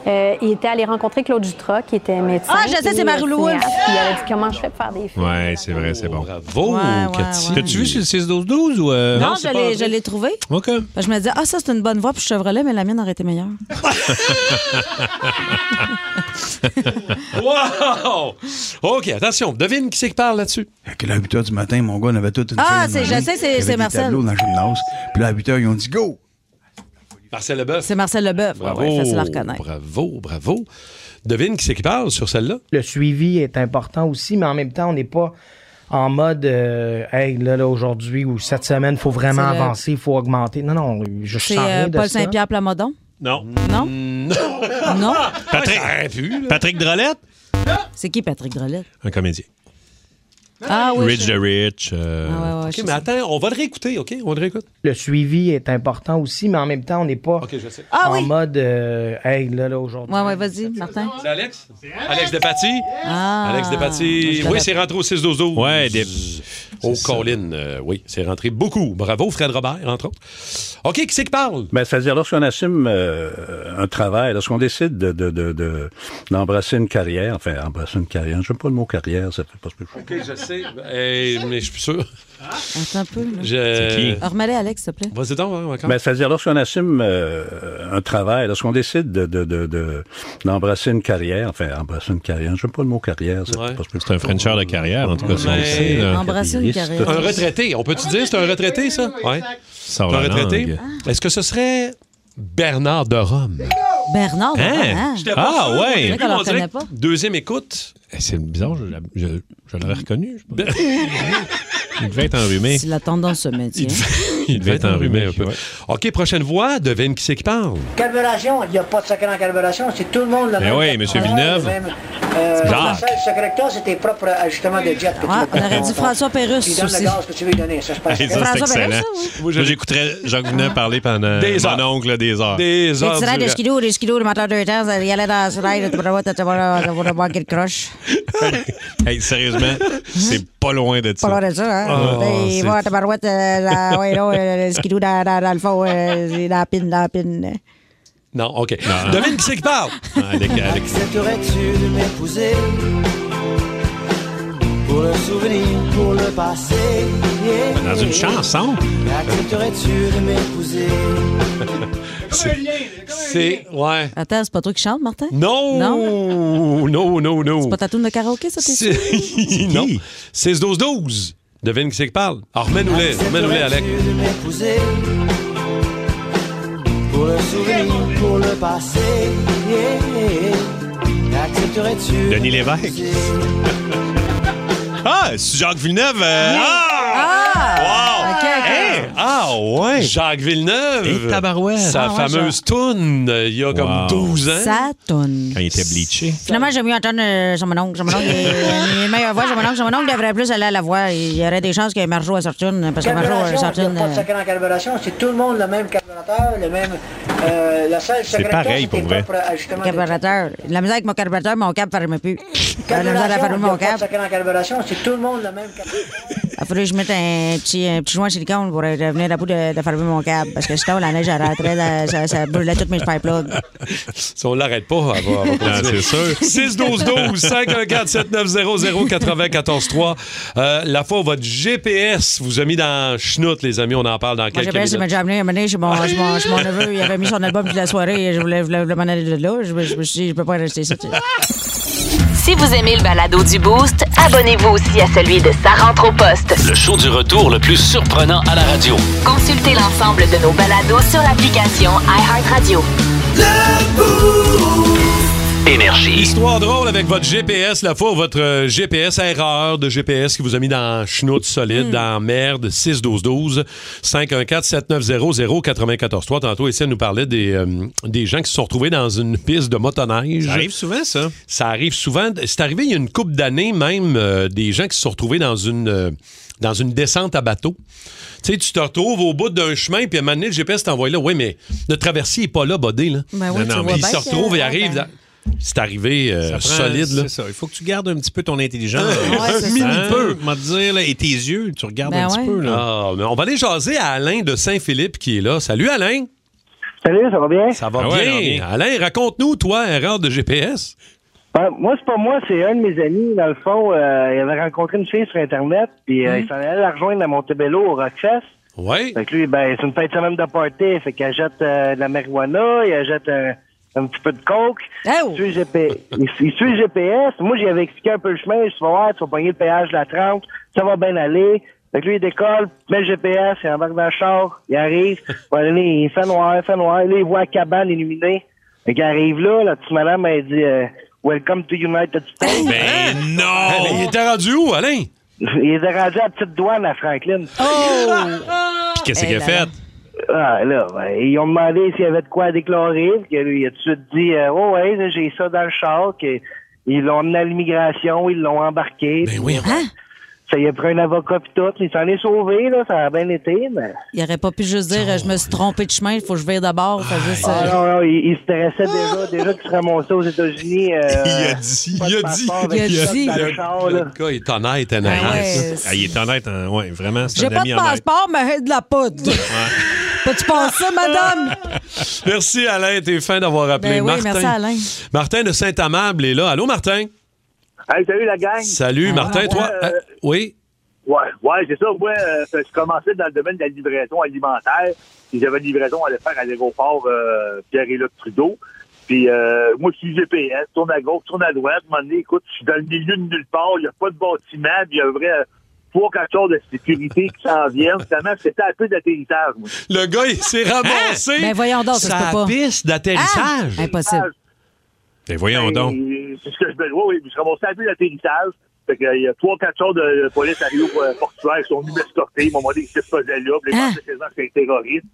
S22: Euh, il était allé rencontrer Claude Jutras, qui était médecin.
S4: Ah, je sais,
S22: et,
S4: c'est
S22: euh,
S4: Marie-Lou Wolfe.
S22: cinéaste. Puis il avait dit comment je fais pour faire des films.
S4: euh,
S3: Ouais, c'est vrai, c'est bon.
S2: Bravo,
S4: Cathy.
S3: T'as-tu vu sur le 6-12-12 ou. euh,
S4: non,
S3: c'est
S4: je
S3: pas
S4: l'ai-
S3: vrai?
S4: je l'ai trouvé.
S3: <laughs> OK.
S4: Ben, je me disais, ah, ça, c'est une bonne voix pour Chevrolet, mais la mienne aurait été meilleure.
S2: Wow! OK, attention, devine qui c'est qui parle là-dessus.
S23: Puis là, à 8 h du matin, mon gars, on avait toute une
S4: Ah,
S23: feuille
S4: c'est-
S23: de
S4: je
S23: magie
S4: sais, c'est-
S23: avec
S4: c'est
S23: des
S4: Marcel.
S23: tableaux dans le gymnase. Puis là, à 8 h, ils ont dit go.
S2: Marcel Leboeuf.
S4: C'est Marcel Leboeuf.
S2: Bravo,
S4: Ah Ouais, ouais, facile à reconnaître.
S2: bravo, bravo. Devine qui c'est qui parle sur celle-là.
S24: Le suivi est important aussi, mais en même temps, on n'est pas en mode euh, Hey, là, là, aujourd'hui ou cette semaine, il faut vraiment
S4: C'est le-
S24: avancer, il faut augmenter. Non, non, je
S4: C'est
S24: sens
S4: euh,
S24: rien de
S4: Paul
S24: ça.
S4: Saint-Pierre Plamondon?
S2: Non.
S4: Non? <laughs> non?
S3: Patrick, Patrick Drolet?
S4: C'est qui Patrick Drolet?
S3: Un comédien.
S4: Ah oui.
S3: Rich the Rich. euh,
S4: Ah ouais, ouais,
S2: OK,
S4: je
S2: mais attends, on va le réécouter, OK? On le réécoute.
S24: Le suivi est important aussi, mais en même temps, on n'est pas
S4: Ah
S24: en
S4: oui.
S24: mode euh, Hey, là, là, aujourd'hui.
S4: Ouais, ouais, vas-y, Martin.
S2: C'est Alex? Alex Despatie?
S4: Ah.
S2: Alex Despatie. Oui, c'est rentré au 6-12-12. Ouais, des... Au Colin, euh, oui, c'est rentré beaucoup. Bravo, Fred Robert, entre autres. OK, qui c'est qui parle?
S25: Ben, c'est-à-dire, lorsqu'on assume euh, un travail, lorsqu'on décide de, de, de, de- d'embrasser une carrière, enfin, embrasser une carrière, j'aime pas le mot carrière, ça fait pas ce que je
S2: OK, je sais. Eh, mais je suis plus sûr.
S4: Attends un peu. là.
S25: C'est qui?
S4: Remets-les, Alex, s'il te plaît.
S2: Vas-y Ah. donc, hein, encore.
S25: Ben, c'est-à-dire, lorsqu'on assume euh, un travail, lorsqu'on décide de, de, de, de- d'embrasser une carrière, enfin, embrasser une carrière, j'aime pas le mot carrière, ça fait pas ce que C'est un
S3: Frencher de carrière, en tout cas, si on le sait. là.
S2: Un retraité. On peut-tu dire c'est un retraité, ça? Oui. C'est un
S3: la
S2: retraité.
S3: langue.
S2: Est-ce que ce serait Bernard de Rome?
S4: Bernard,
S2: Hein?
S4: Hein?
S2: J'étais pas
S3: Ah,
S2: sûr.
S3: ouais.
S2: On dirait qu'on On dirait que Deuxième écoute.
S3: Eh, C'est bizarre, je, l'a- je- je l'aurais reconnu. je pense. Il devait être enrhumé.
S4: C'est la tendance se maintient.
S3: <laughs>
S2: Il devait être enrhumé un peu. OK, prochaine voix, devine qui c'est qui parle.
S8: Carburation, il n'y a pas de secret en carburation, c'est tout le monde le
S2: Mais
S8: même.
S2: oui, Monsieur Villeneuve.
S8: Le même, euh,
S2: C'est
S8: le
S2: bizarre.
S8: seul secret que t'as, c'est tes propres euh, ajustements de jet. que tu
S4: Ouais,
S8: peux
S4: on aurait dit
S8: prendre.
S4: François Pérusse
S8: Puis donne
S4: aussi.
S8: le gaz que tu veux lui donner, ça se passe.
S3: Hey, ça, c'est excellent. Moi, j'écouterais Jacques Villeneuve parler pendant
S2: Des
S3: mon oncle des heures.
S2: Des
S4: Le tirage de skidoo, le skidoo, le moteur de temps, il allait dans ce rail, tu vas voir manquer de croche.
S3: Hey, sérieusement, c'est pas loin de ça.
S4: Pas loin de ça, hein?
S3: Ah,
S4: Il
S3: c'est-
S4: va à tabarouette, euh, dans- ouais, non, euh, le skidoo dans, dans, dans le fond, euh, c'est dans la pine, dans la pine.
S2: Non, Ah, OK. Devine qui c'est qui parle.
S3: Hein,
S5: <laughs> Accepterais-tu de m'épouser Pour le souvenir, pour le passé
S3: Dans une chanson.
S5: Accepterais-tu de
S3: <laughs>
S5: m'épouser
S2: C'est. Ouais.
S4: Attends, c'est pas toi qui chante, Martin?
S2: Non! Non, non, non, non.
S4: C'est pas ta tourne de karaoké, ça, t'es sûr?
S2: <laughs> Non. 6-12-12. Devine qui c'est qui parle. Ah, Alors, remets-nous-les.
S4: Ah,
S2: Remets-nous-les, Alex.
S5: Accepterais-tu de m'épouser Pour le souvenir, pour le passé yeah. Accepterais-tu de
S3: Denis Lévesque. Ah, c'est Jacques Villeneuve. euh, Ah!
S5: Ah!
S3: Wow! Hey! Ah, ouais!
S2: Jacques Villeneuve.
S3: Et Tabarouette.
S2: Sa
S3: Ah, ouais,
S2: fameuse toune, euh, il y a comme 12 ans.
S4: Sa toune.
S3: Quand il était bleaché.
S4: Finalement, j'ai mieux entendre euh, Jean Mononcle. Jean Mononcle, il est meilleure voix. Jean Mononcle, Jean Mononcle devrait plus aller à la voix. Il y aurait des chances que Marjo à Sortune, parce que Marjo euh, à
S8: Carburation, il
S4: Sortune.
S8: n'y a pas de secret en carburation, c'est tout le monde le même carburateur, le même. euh, le seul secret que t'as,
S4: pareil
S8: c'est
S4: pour
S8: tes
S4: vrai.
S8: propres euh, ajustements de jet.
S4: Carburateur. La misère avec mon carburateur, mon câble ne ferme plus. La misère à
S8: Carburation, il
S4: fermer
S8: n'y
S4: mon
S8: a pas
S4: câble.
S8: de secret en carburation, c'est tout le monde le même carburateur.
S4: Il faudrait que je mette un petit, un petit joint en silicone pour euh, revenir à bout de, de fermer mon câble. Parce que sinon, la neige, elle rentrait, dans- ça, ça brûlait toutes mes pipe plugs.
S2: Si on l'arrête pas, elle va, elle va
S3: Non,
S2: continuer.
S3: c'est sûr.
S2: 6 12 12 514 7900 94 3 euh, La fois, où votre GPS vous a mis dans chenoute, les amis. On en parle dans
S4: Moi,
S2: quelques
S4: j'ai pensé, il m'a
S2: minutes.
S4: déjà amené, un moment donné, chez mon, chez mon, chez mon neveu, il avait mis son album de la soirée, et je voulais, je voulais, je voulais m'en aller de là, je, me- je me suis dit, je peux pas rester ici.
S11: Si vous aimez le balado du Boost, abonnez-vous aussi à celui de Sa rentre au poste.
S15: Le show du retour le plus surprenant à la radio.
S11: Consultez l'ensemble de nos balados sur l'application iHeartRadio.
S15: Énergie.
S2: Histoire drôle avec votre GPS, la fois où votre euh, GPS erreur de GPS qui vous a mis dans chenoute
S3: Mm.
S2: solide, dans merde, 6-12-12, 514-7900-94-3. Tantôt, Étienne nous parlait des, euh, des gens qui se sont retrouvés dans une piste de motoneige.
S3: Ça arrive souvent, ça.
S2: Ça arrive souvent. C'est arrivé il y a une couple d'années même, euh, des gens qui se sont retrouvés dans une, euh, dans une descente à bateau. Tu sais, tu te retrouves au bout d'un chemin, puis à un moment donné, le GPS t'envoie là. Oui, mais le traversier n'est pas là, bodé. Là.
S3: Ben oui, Non, tu non, vois
S2: mais ils
S3: bien
S2: se
S3: que-
S2: retrouvent et
S3: ah,
S2: arrivent
S3: ben.
S2: dans- C'est arrivé euh,
S3: Ça prend-
S2: solide. là.
S3: C'est ça. Il faut que tu gardes un petit peu ton intelligence.
S2: Ah, Ouais,
S3: un
S2: c'est ça.
S3: mini
S2: Hein?
S3: peu. m'a dire, là, et tes yeux, tu regardes
S2: Ben
S3: un petit
S2: ouais.
S3: peu. Là.
S2: Ah, mais on va aller jaser à Alain de Saint-Philippe qui est là. Salut Alain.
S10: Salut, ça va bien?
S2: Ça va
S10: Ah ouais,
S2: bien.
S10: ça va bien.
S2: Alain, raconte-nous, toi, erreur de GPS.
S10: Ben, moi, c'est pas moi, c'est un de mes amis. Dans le fond, euh, il avait rencontré une fille sur Internet, puis euh,
S2: Mhm.
S10: il s'en allait la rejoindre à Montebello, au Rockfest.
S2: Oui.
S10: Fait que lui, ben, c'est une fête de semaine de party. Fait qu'il achète euh, de la marijuana, il achète un, un petit peu de coke.
S2: Eh oh!
S10: Il, suit le GP il, il suit le GPS. Moi, j'y avais expliqué un peu le chemin. Je suis voir, tu vas pogner le péage de la 30, ça va bien aller. Fait que lui, il décolle, met le GPS, il embarque dans le char,
S2: <laughs>
S10: il arrive. Bon, là, il fait noir, il fait noir. Là, il voit la cabane illuminée. Fait qu'il arrive là, la petite madame, elle dit euh, Welcome to United States.
S2: Ben non! il était rendu où, Alain?
S10: Il était rendu à la petite douane à Franklin.
S4: Oh!
S10: <laughs> Puis
S2: qu'est-ce qu'il a fait?
S10: Eh Ah, là, ben, ils ont demandé s'il y avait de quoi à déclarer. puis que lui, il a tout de suite dit euh, Oh, ouais, là, j'ai ça dans le char. que- ils l'ont emmené à l'immigration, ils l'ont embarqué. Ben oui,
S4: Hein?
S10: Ça, il a pris un avocat pis tout. Il s'en est sauvé, là, ça a bien été, mais.
S4: Il aurait pas pu juste dire je me suis trompé de chemin, il faut que je vire d'abord. Fait juste,
S10: Ah,
S4: euh,
S10: non, non, il, il se stressait déjà, déjà qu'il se ramassait aux États-Unis. euh,
S2: <laughs> Il a dit,
S10: pas
S2: il
S10: de
S2: a dit,
S10: passeport,
S4: il a
S10: avec ça
S4: dit.
S10: dans le
S4: Il a-
S10: char, là.
S2: Le gars, il est honnête, Alain.
S4: Ah ouais.
S3: Ah, il est honnête, hein, ouais, vraiment, c'est
S4: J'ai
S3: un
S4: pas
S3: ami
S4: de
S3: honnête.
S4: passeport, mais de la poudre. Peux-tu penser,
S3: <laughs>
S4: madame?
S2: <laughs> Merci, Alain. T'es fin d'avoir
S4: Ben
S2: appelé
S4: oui,
S2: Martin.
S4: merci, Alain.
S2: Martin de Saint-Amable est là. Allô, Martin?
S9: salut la gang.
S4: Ah,
S2: Salut, Martin.
S9: ouais,
S2: Toi,
S9: euh,
S2: hein, oui?
S9: Ouais, ouais, c'est ça. Moi, euh, je commençais dans le domaine de la livraison alimentaire. Puis j'avais une livraison à aller faire à l'aéroport euh, Pierre-Éliott Trudeau. Puis euh, moi, je suis GPS, tourne à gauche, tourne à droite. À un moment donné, écoute, je suis dans le milieu de nulle part. Il n'y a pas de bâtiment. Puis il y a vrai euh, trois, quatre choses de sécurité qui s'en viennent. Finalement, c'était un peu d'atterrissage, moi.
S2: Le gars, il s'est ramassé.
S9: Ben voyons donc, ça se
S2: sur
S9: peut
S2: la
S9: pas.
S2: piste d'atterrissage.
S9: Ah, impossible.
S3: Ben voyons donc.
S9: Et C'est ce que je veux. Oui, oui, puis je ramassais un peu d'atterrissage. Fait que, euh, il y a trois, quatre chars de police arrivés au euh, portuaire qui sont venus m'escorter. Ils m'ont demandé ce que je faisais là. Puis ils
S4: Ah.
S9: pensaient que c'était un terroriste.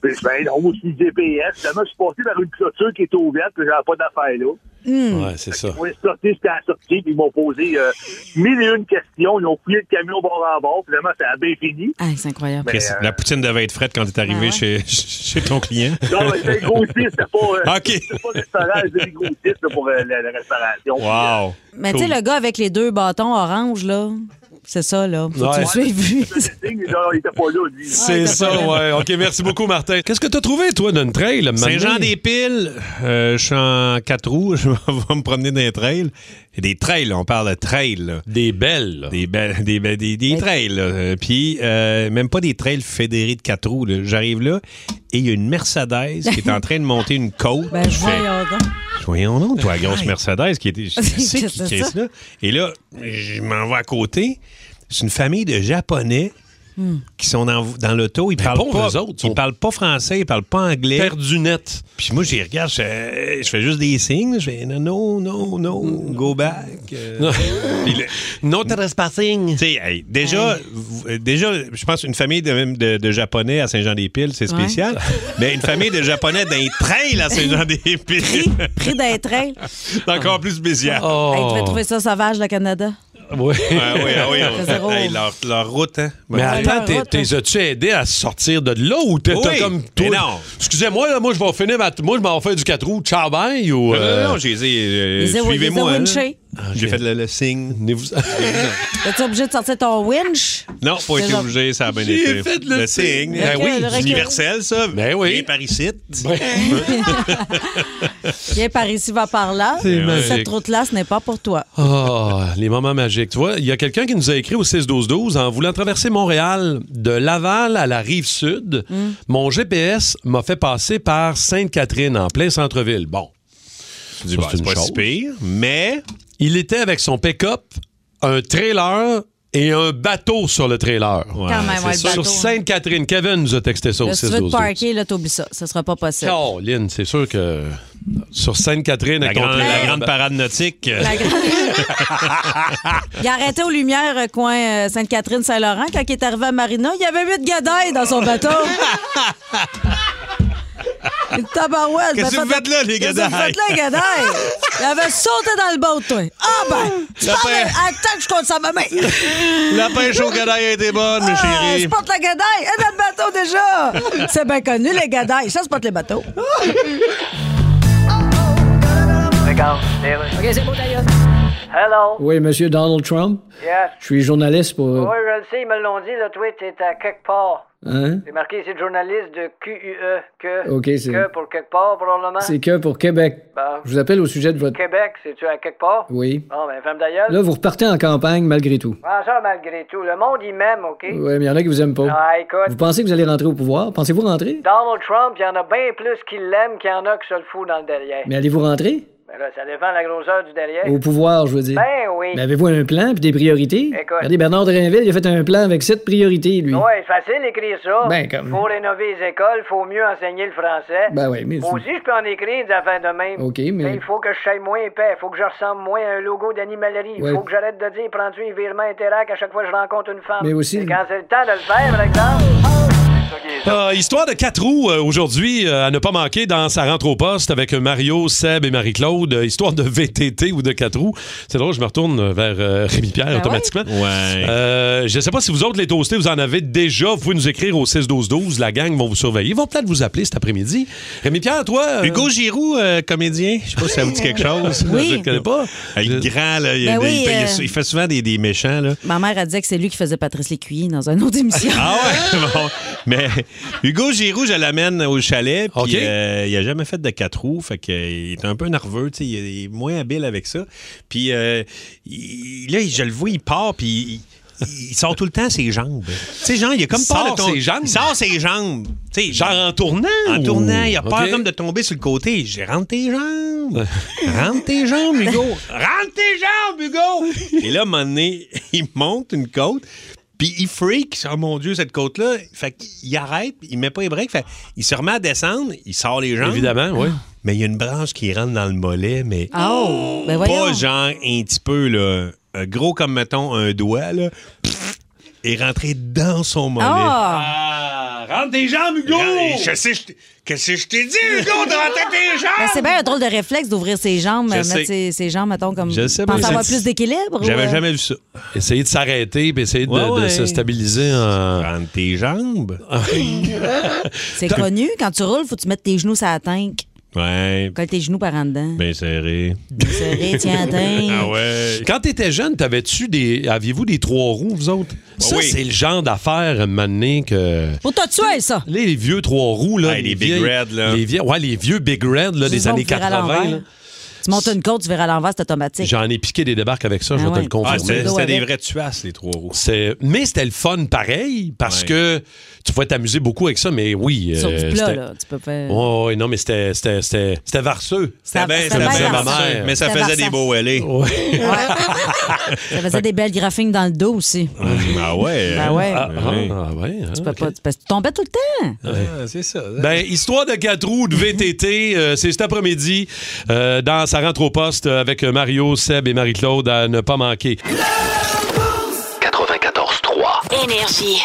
S9: Puis je ben non, moi, je suis GPS. Finalement, je suis passé par une clôture qui était ouverte, puis j'avais pas d'affaires là.
S4: Hmm.
S2: Ouais, c'est ça.
S9: Ils m'ont escorté jusqu'à la sortie, puis ils m'ont posé euh, mille et une questions. Ils ont fouillé le camion bord en bord. Finalement, ça a bien fini.
S4: Ah, c'est incroyable.
S9: Mais,
S3: Chris,
S9: euh,
S3: La poutine devait être frette quand t'es arrivé chez, <laughs> chez ton client.
S9: Non, mais c'est un grossiste, c'était pas,
S3: <laughs>
S9: euh,
S3: OK.
S9: c'était pas le restaurant, c'était des grossistes là, pour euh, la, la restauration.
S3: Wow.
S4: Mais tu sais, le gars avec les deux bâtons orange, là, c'est ça, là. Faut que tu le suives. <laughs>
S2: C'est ça, ouais. OK, merci beaucoup, Martin. Qu'est-ce que t'as trouvé, toi, d'une trail? un moment donné? <laughs>
S3: Saint-Jean-des-Piles, euh, je suis en quatre roues, <laughs> je vais me promener dans les trails. Et des trails, là, on parle de trails. là.
S2: Des belles.
S3: Des, belles- des, belles- des, des trails. là. Euh, Puis, euh, même pas des trails fédérés de quatre roues. là. J'arrive là et il y a une Mercedes qui est en train de monter une côte.
S4: <laughs> Ben,
S3: Je fais,
S4: voyons donc.
S3: Voyons donc, toi, la grosse
S4: <laughs>
S3: Mercedes qui était.
S4: C'est
S3: C'est qui
S4: ça.
S3: crisse là? Et là, je m'en vais à côté. C'est une famille de Japonais
S4: Hmm.
S3: qui sont dans, dans l'auto. Ils parlent
S2: pauvres
S3: pas.
S2: eux autres,
S3: ils parlent pas français, ils parlent pas anglais. Perdu net. Puis moi, j'y regarde, je, fais- je fais juste des signes. Je fais non, non, non, non, go back. <laughs> non, trespassing. déjà, vous- euh, déjà, je pense une famille de, de- de Japonais à Saint-Jean-des-Piles, c'est
S4: Ouais.
S3: spécial.
S4: <laughs>
S3: Mais une famille de Japonais d'un trail
S4: <laughs>
S3: à Saint-Jean-des-Piles.
S4: Pris d'un
S3: <laughs>
S4: trail.
S3: C'est encore plus spécial.
S4: Oh. Hey,
S3: Oh.
S4: tu vas trouver ça sauvage, le Canada.
S2: Oui. <laughs>
S3: Ah oui, ah oui.
S4: Ça fait zéro.
S3: Hey, leur, leur route, hein?
S2: Mais attends, t'es- t'es as-tu aidé à sortir de là ou t'es
S3: Oui,
S2: t'as comme
S3: mais
S2: toi?
S3: non.
S2: Excusez-moi, là, moi je vais finir ma moi je m'en fais du 4 roues, ciao bye ou
S3: Non,
S2: euh,
S3: non, non, j'ai dit, euh,
S4: Les zéro-
S3: suivez-moi.
S4: les
S3: hein.
S4: zéro winchés.
S3: J'ai fait le, le signe.
S4: <laughs> Es-tu obligé de sortir ton winch?
S3: Non, pas été
S4: Déjà-
S3: obligé, ça a bien
S4: J'ai
S3: été.
S4: fait le
S3: signe.
S4: signe.
S3: Ben
S4: Le
S3: oui,
S4: recul, le
S3: c'est
S4: recul.
S3: universel, ça. Ben oui. Les parasites.
S4: Viens par ici, va par là.
S2: C'est magique.
S4: Cette route-là, ce n'est pas pour toi.
S2: Ah, les moments magiques. Tu vois, il y a quelqu'un qui nous a écrit au 6-12-12 en voulant traverser Montréal de Laval à la rive sud.
S4: Mm.
S2: Mon GPS m'a fait passer par Sainte-Catherine en plein centre-ville. Bon.
S3: dis,
S2: Ça,
S3: bah, c'est pas si pire, mais.
S2: Il était avec son pick-up, un trailer et un bateau sur le trailer.
S4: Quand même,
S2: c'est
S4: ouais, le
S2: sûr.
S4: bateau. hein.
S2: Sur Sainte-Catherine. Kevin nous a texté ça au
S4: Là, si tu veux te
S2: 6-12-12.
S4: parker, là, t'oublies ça. Ce sera pas possible.
S2: Caroline, c'est sûr que sur Sainte-Catherine, avec ton
S3: grande- la
S2: trailer- ben,
S3: grande parade nautique.
S4: La Il a arrêté aux lumières euh, coin euh, Sainte-Catherine-Saint-Laurent quand il est arrivé à Marina. Il y avait huit gadailles dans son
S3: <laughs>
S4: bateau. Ah, Une tabarouette.
S3: Qu'est-ce que
S4: Ben,
S3: vous faites là, les
S4: Qu'est-ce que vous
S3: gadailles?
S4: faites là, les gadailles? Il avait sauté dans le boat, toi. Ah ben! Tu
S3: La
S4: parles,
S3: pêche.
S4: attends que je compte ça ma mère.
S3: La pêche au gadaille a été bonne, mes
S4: <laughs> Ah,
S3: chéris.
S4: je porte la gadaille. Elle a le bateau déjà. C'est bien connu, les gadailles. Ça, se porte les bateaux.
S10: Regarde.
S7: OK, c'est bon, ta gueule. Hello.
S6: Oui, monsieur Donald Trump.
S7: Yes.
S6: Je suis journaliste pour. euh,
S7: Oui, je le sais, ils me l'ont dit, le tweet est à quelque part.
S6: Hein?
S7: C'est marqué, c'est journaliste de QUE, que.
S6: Ok, c'est-
S7: Que pour quelque part, probablement.
S6: C'est que pour Québec.
S7: Bon.
S6: Je vous appelle au sujet de votre.
S7: Québec, c'est-tu à quelque part?
S6: Oui.
S7: Bon, ben, femme d'ailleurs.
S6: Là, vous repartez en campagne malgré tout.
S7: Prends ça malgré tout. Le monde, il m'aime, OK?
S6: Oui, mais il y en a qui vous aiment pas.
S7: Ah, écoute.
S6: Vous pensez que vous allez rentrer au pouvoir? Pensez-vous rentrer?
S7: Donald Trump, il y en a bien plus qui l'aiment qu'il y en a qui se le fout dans le derrière.
S6: Mais allez-vous rentrer?
S7: Ben là, ça dépend de la grosseur du derrière.
S6: Au pouvoir, je veux dire.
S7: Eh. Ben oui.
S6: Mais avez-vous un plan puis des priorités?
S7: Écoute.
S6: Regardez, Bernard Drainville, il a fait un plan avec sept priorités, lui.
S7: Ouais, c'est facile d'écrire ça.
S6: Ben, comme-
S7: Faut rénover les écoles, faut mieux enseigner le français.
S6: Ben oui, mais-
S7: Moi aussi, je peux en écrire des affaires de même.
S6: OK, mais-
S7: il faut que je sois moins épais, faut que je ressemble moins à un logo d'animalerie. Il
S6: Ouais.
S7: faut que j'arrête de dire prends-tu un virement Interac à chaque fois que je rencontre une femme.
S2: Mais aussi-
S7: Et quand c'est le temps de le faire, par exemple.
S2: Euh, histoire de quatre roues euh, aujourd'hui euh, à ne pas manquer dans sa rentre au poste avec Mario, Seb et Marie-Claude. Euh, histoire de VTT ou de quatre roues. C'est drôle, je me retourne vers euh, Rémi Pierre automatiquement. Euh, je ne sais pas si vous autres, les toastés, vous en avez déjà. Vous pouvez nous écrire au 6-12-12. La gang va vous surveiller. Ils vont peut-être vous appeler cet après-midi. Rémi Pierre, toi.
S3: Hugo Giroux, euh, comédien, je sais pas si ça vous dit quelque chose.
S4: Oui.
S3: Je le connais
S2: pas.
S3: Il est grand, là. Il,
S4: Ben
S3: il-
S4: oui,
S3: il- il-
S4: euh,
S3: il fait souvent des, des méchants, là.
S4: Ma mère, elle disait que c'est lui qui faisait Patrice Lécuyer dans une autre émission.
S3: Ah ouais? <laughs> Bon. Mais Hugo Giroux, je l'amène au chalet. Puis euh, il a jamais fait de quatre roues. Fait que, euh, il est un peu nerveux. tu sais, Il est moins habile avec ça. Puis euh, il- là, je le vois, il part. Puis il, il sort tout le temps ses jambes. Tu sais, genre, il a comme
S2: Il
S3: peur
S2: sort
S3: de tom-
S2: ses jambes?
S3: Il sort ses jambes. Tu sais,
S2: Genre en tournant?
S3: En
S2: ou-
S3: tournant. Il a peur
S2: OK.
S3: comme de tomber sur le côté. J'ai rentre
S2: <laughs>
S3: tes jambes. rentre tes jambes, Hugo. Rentre tes jambes, Hugo! Et là, à un moment donné, <laughs> il monte une côte, puis il freak. Oh mon Dieu, cette côte-là. Fait qu'il arrête, il met pas les breaks. Fait il se remet à descendre, il sort les jambes.
S2: Évidemment, oui.
S3: Mais il y a une branche qui rentre dans le mollet, mais.
S4: Oh! Ben
S3: Pas
S4: voyons.
S3: genre un petit peu, là. euh, Gros comme, mettons, un doigt, là. Pfff, Et rentrer dans son mollet.
S4: Ah!
S3: Rentre tes jambes, Hugo! Je sais, je t'ai- qu'est-ce que je t'ai dit, Hugo, de rentrer tes jambes?
S4: Ben, c'est bien un drôle de réflexe d'ouvrir ses jambes,
S3: Je
S4: euh,
S3: sais.
S4: mettre ses, ses jambes, mettons, comme.
S2: Je sais,
S4: Pense
S2: mais
S4: avoir
S2: c'est-
S4: plus d'équilibre. ou, euh,
S3: vu ça.
S2: Essayer de s'arrêter puis essayer de,
S3: Ouais,
S2: de
S3: ouais.
S2: se stabiliser en. Ah
S3: Rentre tes jambes.
S4: C'est connu, quand tu roules, faut que tu mettes tes genoux sur la tank.
S3: Ouais.
S4: Colle tes genoux par en dedans.
S3: Bien serré.
S4: serré,
S3: <laughs>
S4: tiens, dingue. Ah
S3: ouais.
S2: Quand t'étais jeune, t'avais-tu des. Aviez-vous des trois roues, vous autres? ça,
S3: oui.
S2: c'est le genre d'affaire, maintenant que.
S4: Pour t'as tué ça!
S2: Là, les vieux trois roues, là. les,
S3: Big
S2: vieilles-
S3: Red, là.
S2: Les vieilles- ouais, les vieux Big Red, là,
S4: Tu
S2: des
S4: vas
S2: années
S4: ouvrir à
S2: 80. là.
S4: l'envers. Tu montes une côte, tu verras à l'envers, c'est automatique.
S2: J'en ai piqué des débarques avec ça, je
S4: Ah
S2: vais te
S4: ouais.
S2: le confirmer.
S4: Ah, c'était- c'était des
S3: vrais tuasses, les trois roues.
S2: Mais c'était le fun pareil, parce que tu pouvais t'amuser beaucoup avec ça, mais oui.
S4: Sur
S2: euh,
S4: du plat,
S2: c'était-
S4: là. Tu peux faire.
S2: Ouais, ouais, non, mais c'était c'était- c'était- c'était varseux.
S4: C'était bien- c'était bien
S2: bien
S4: varseux, mais ça C'était faisait des varsant. beaux
S3: ailés.
S4: Ça faisait des belles graphings dans le dos aussi.
S3: Ah ouais.
S4: Ah ouais.
S2: Ah, ah,
S3: Ouais.
S2: ah ouais, hein,
S4: Tu peux pas. Parce que tu tombais tout le temps.
S3: c'est ça.
S4: hein.
S2: Ben, histoire de quatre roues de VTT, euh, c'est cet après-midi euh, dans sa rentre au poste euh, avec Mario, Seb et Marie-Claude à ne pas manquer.
S15: 94-3.
S11: Énergie.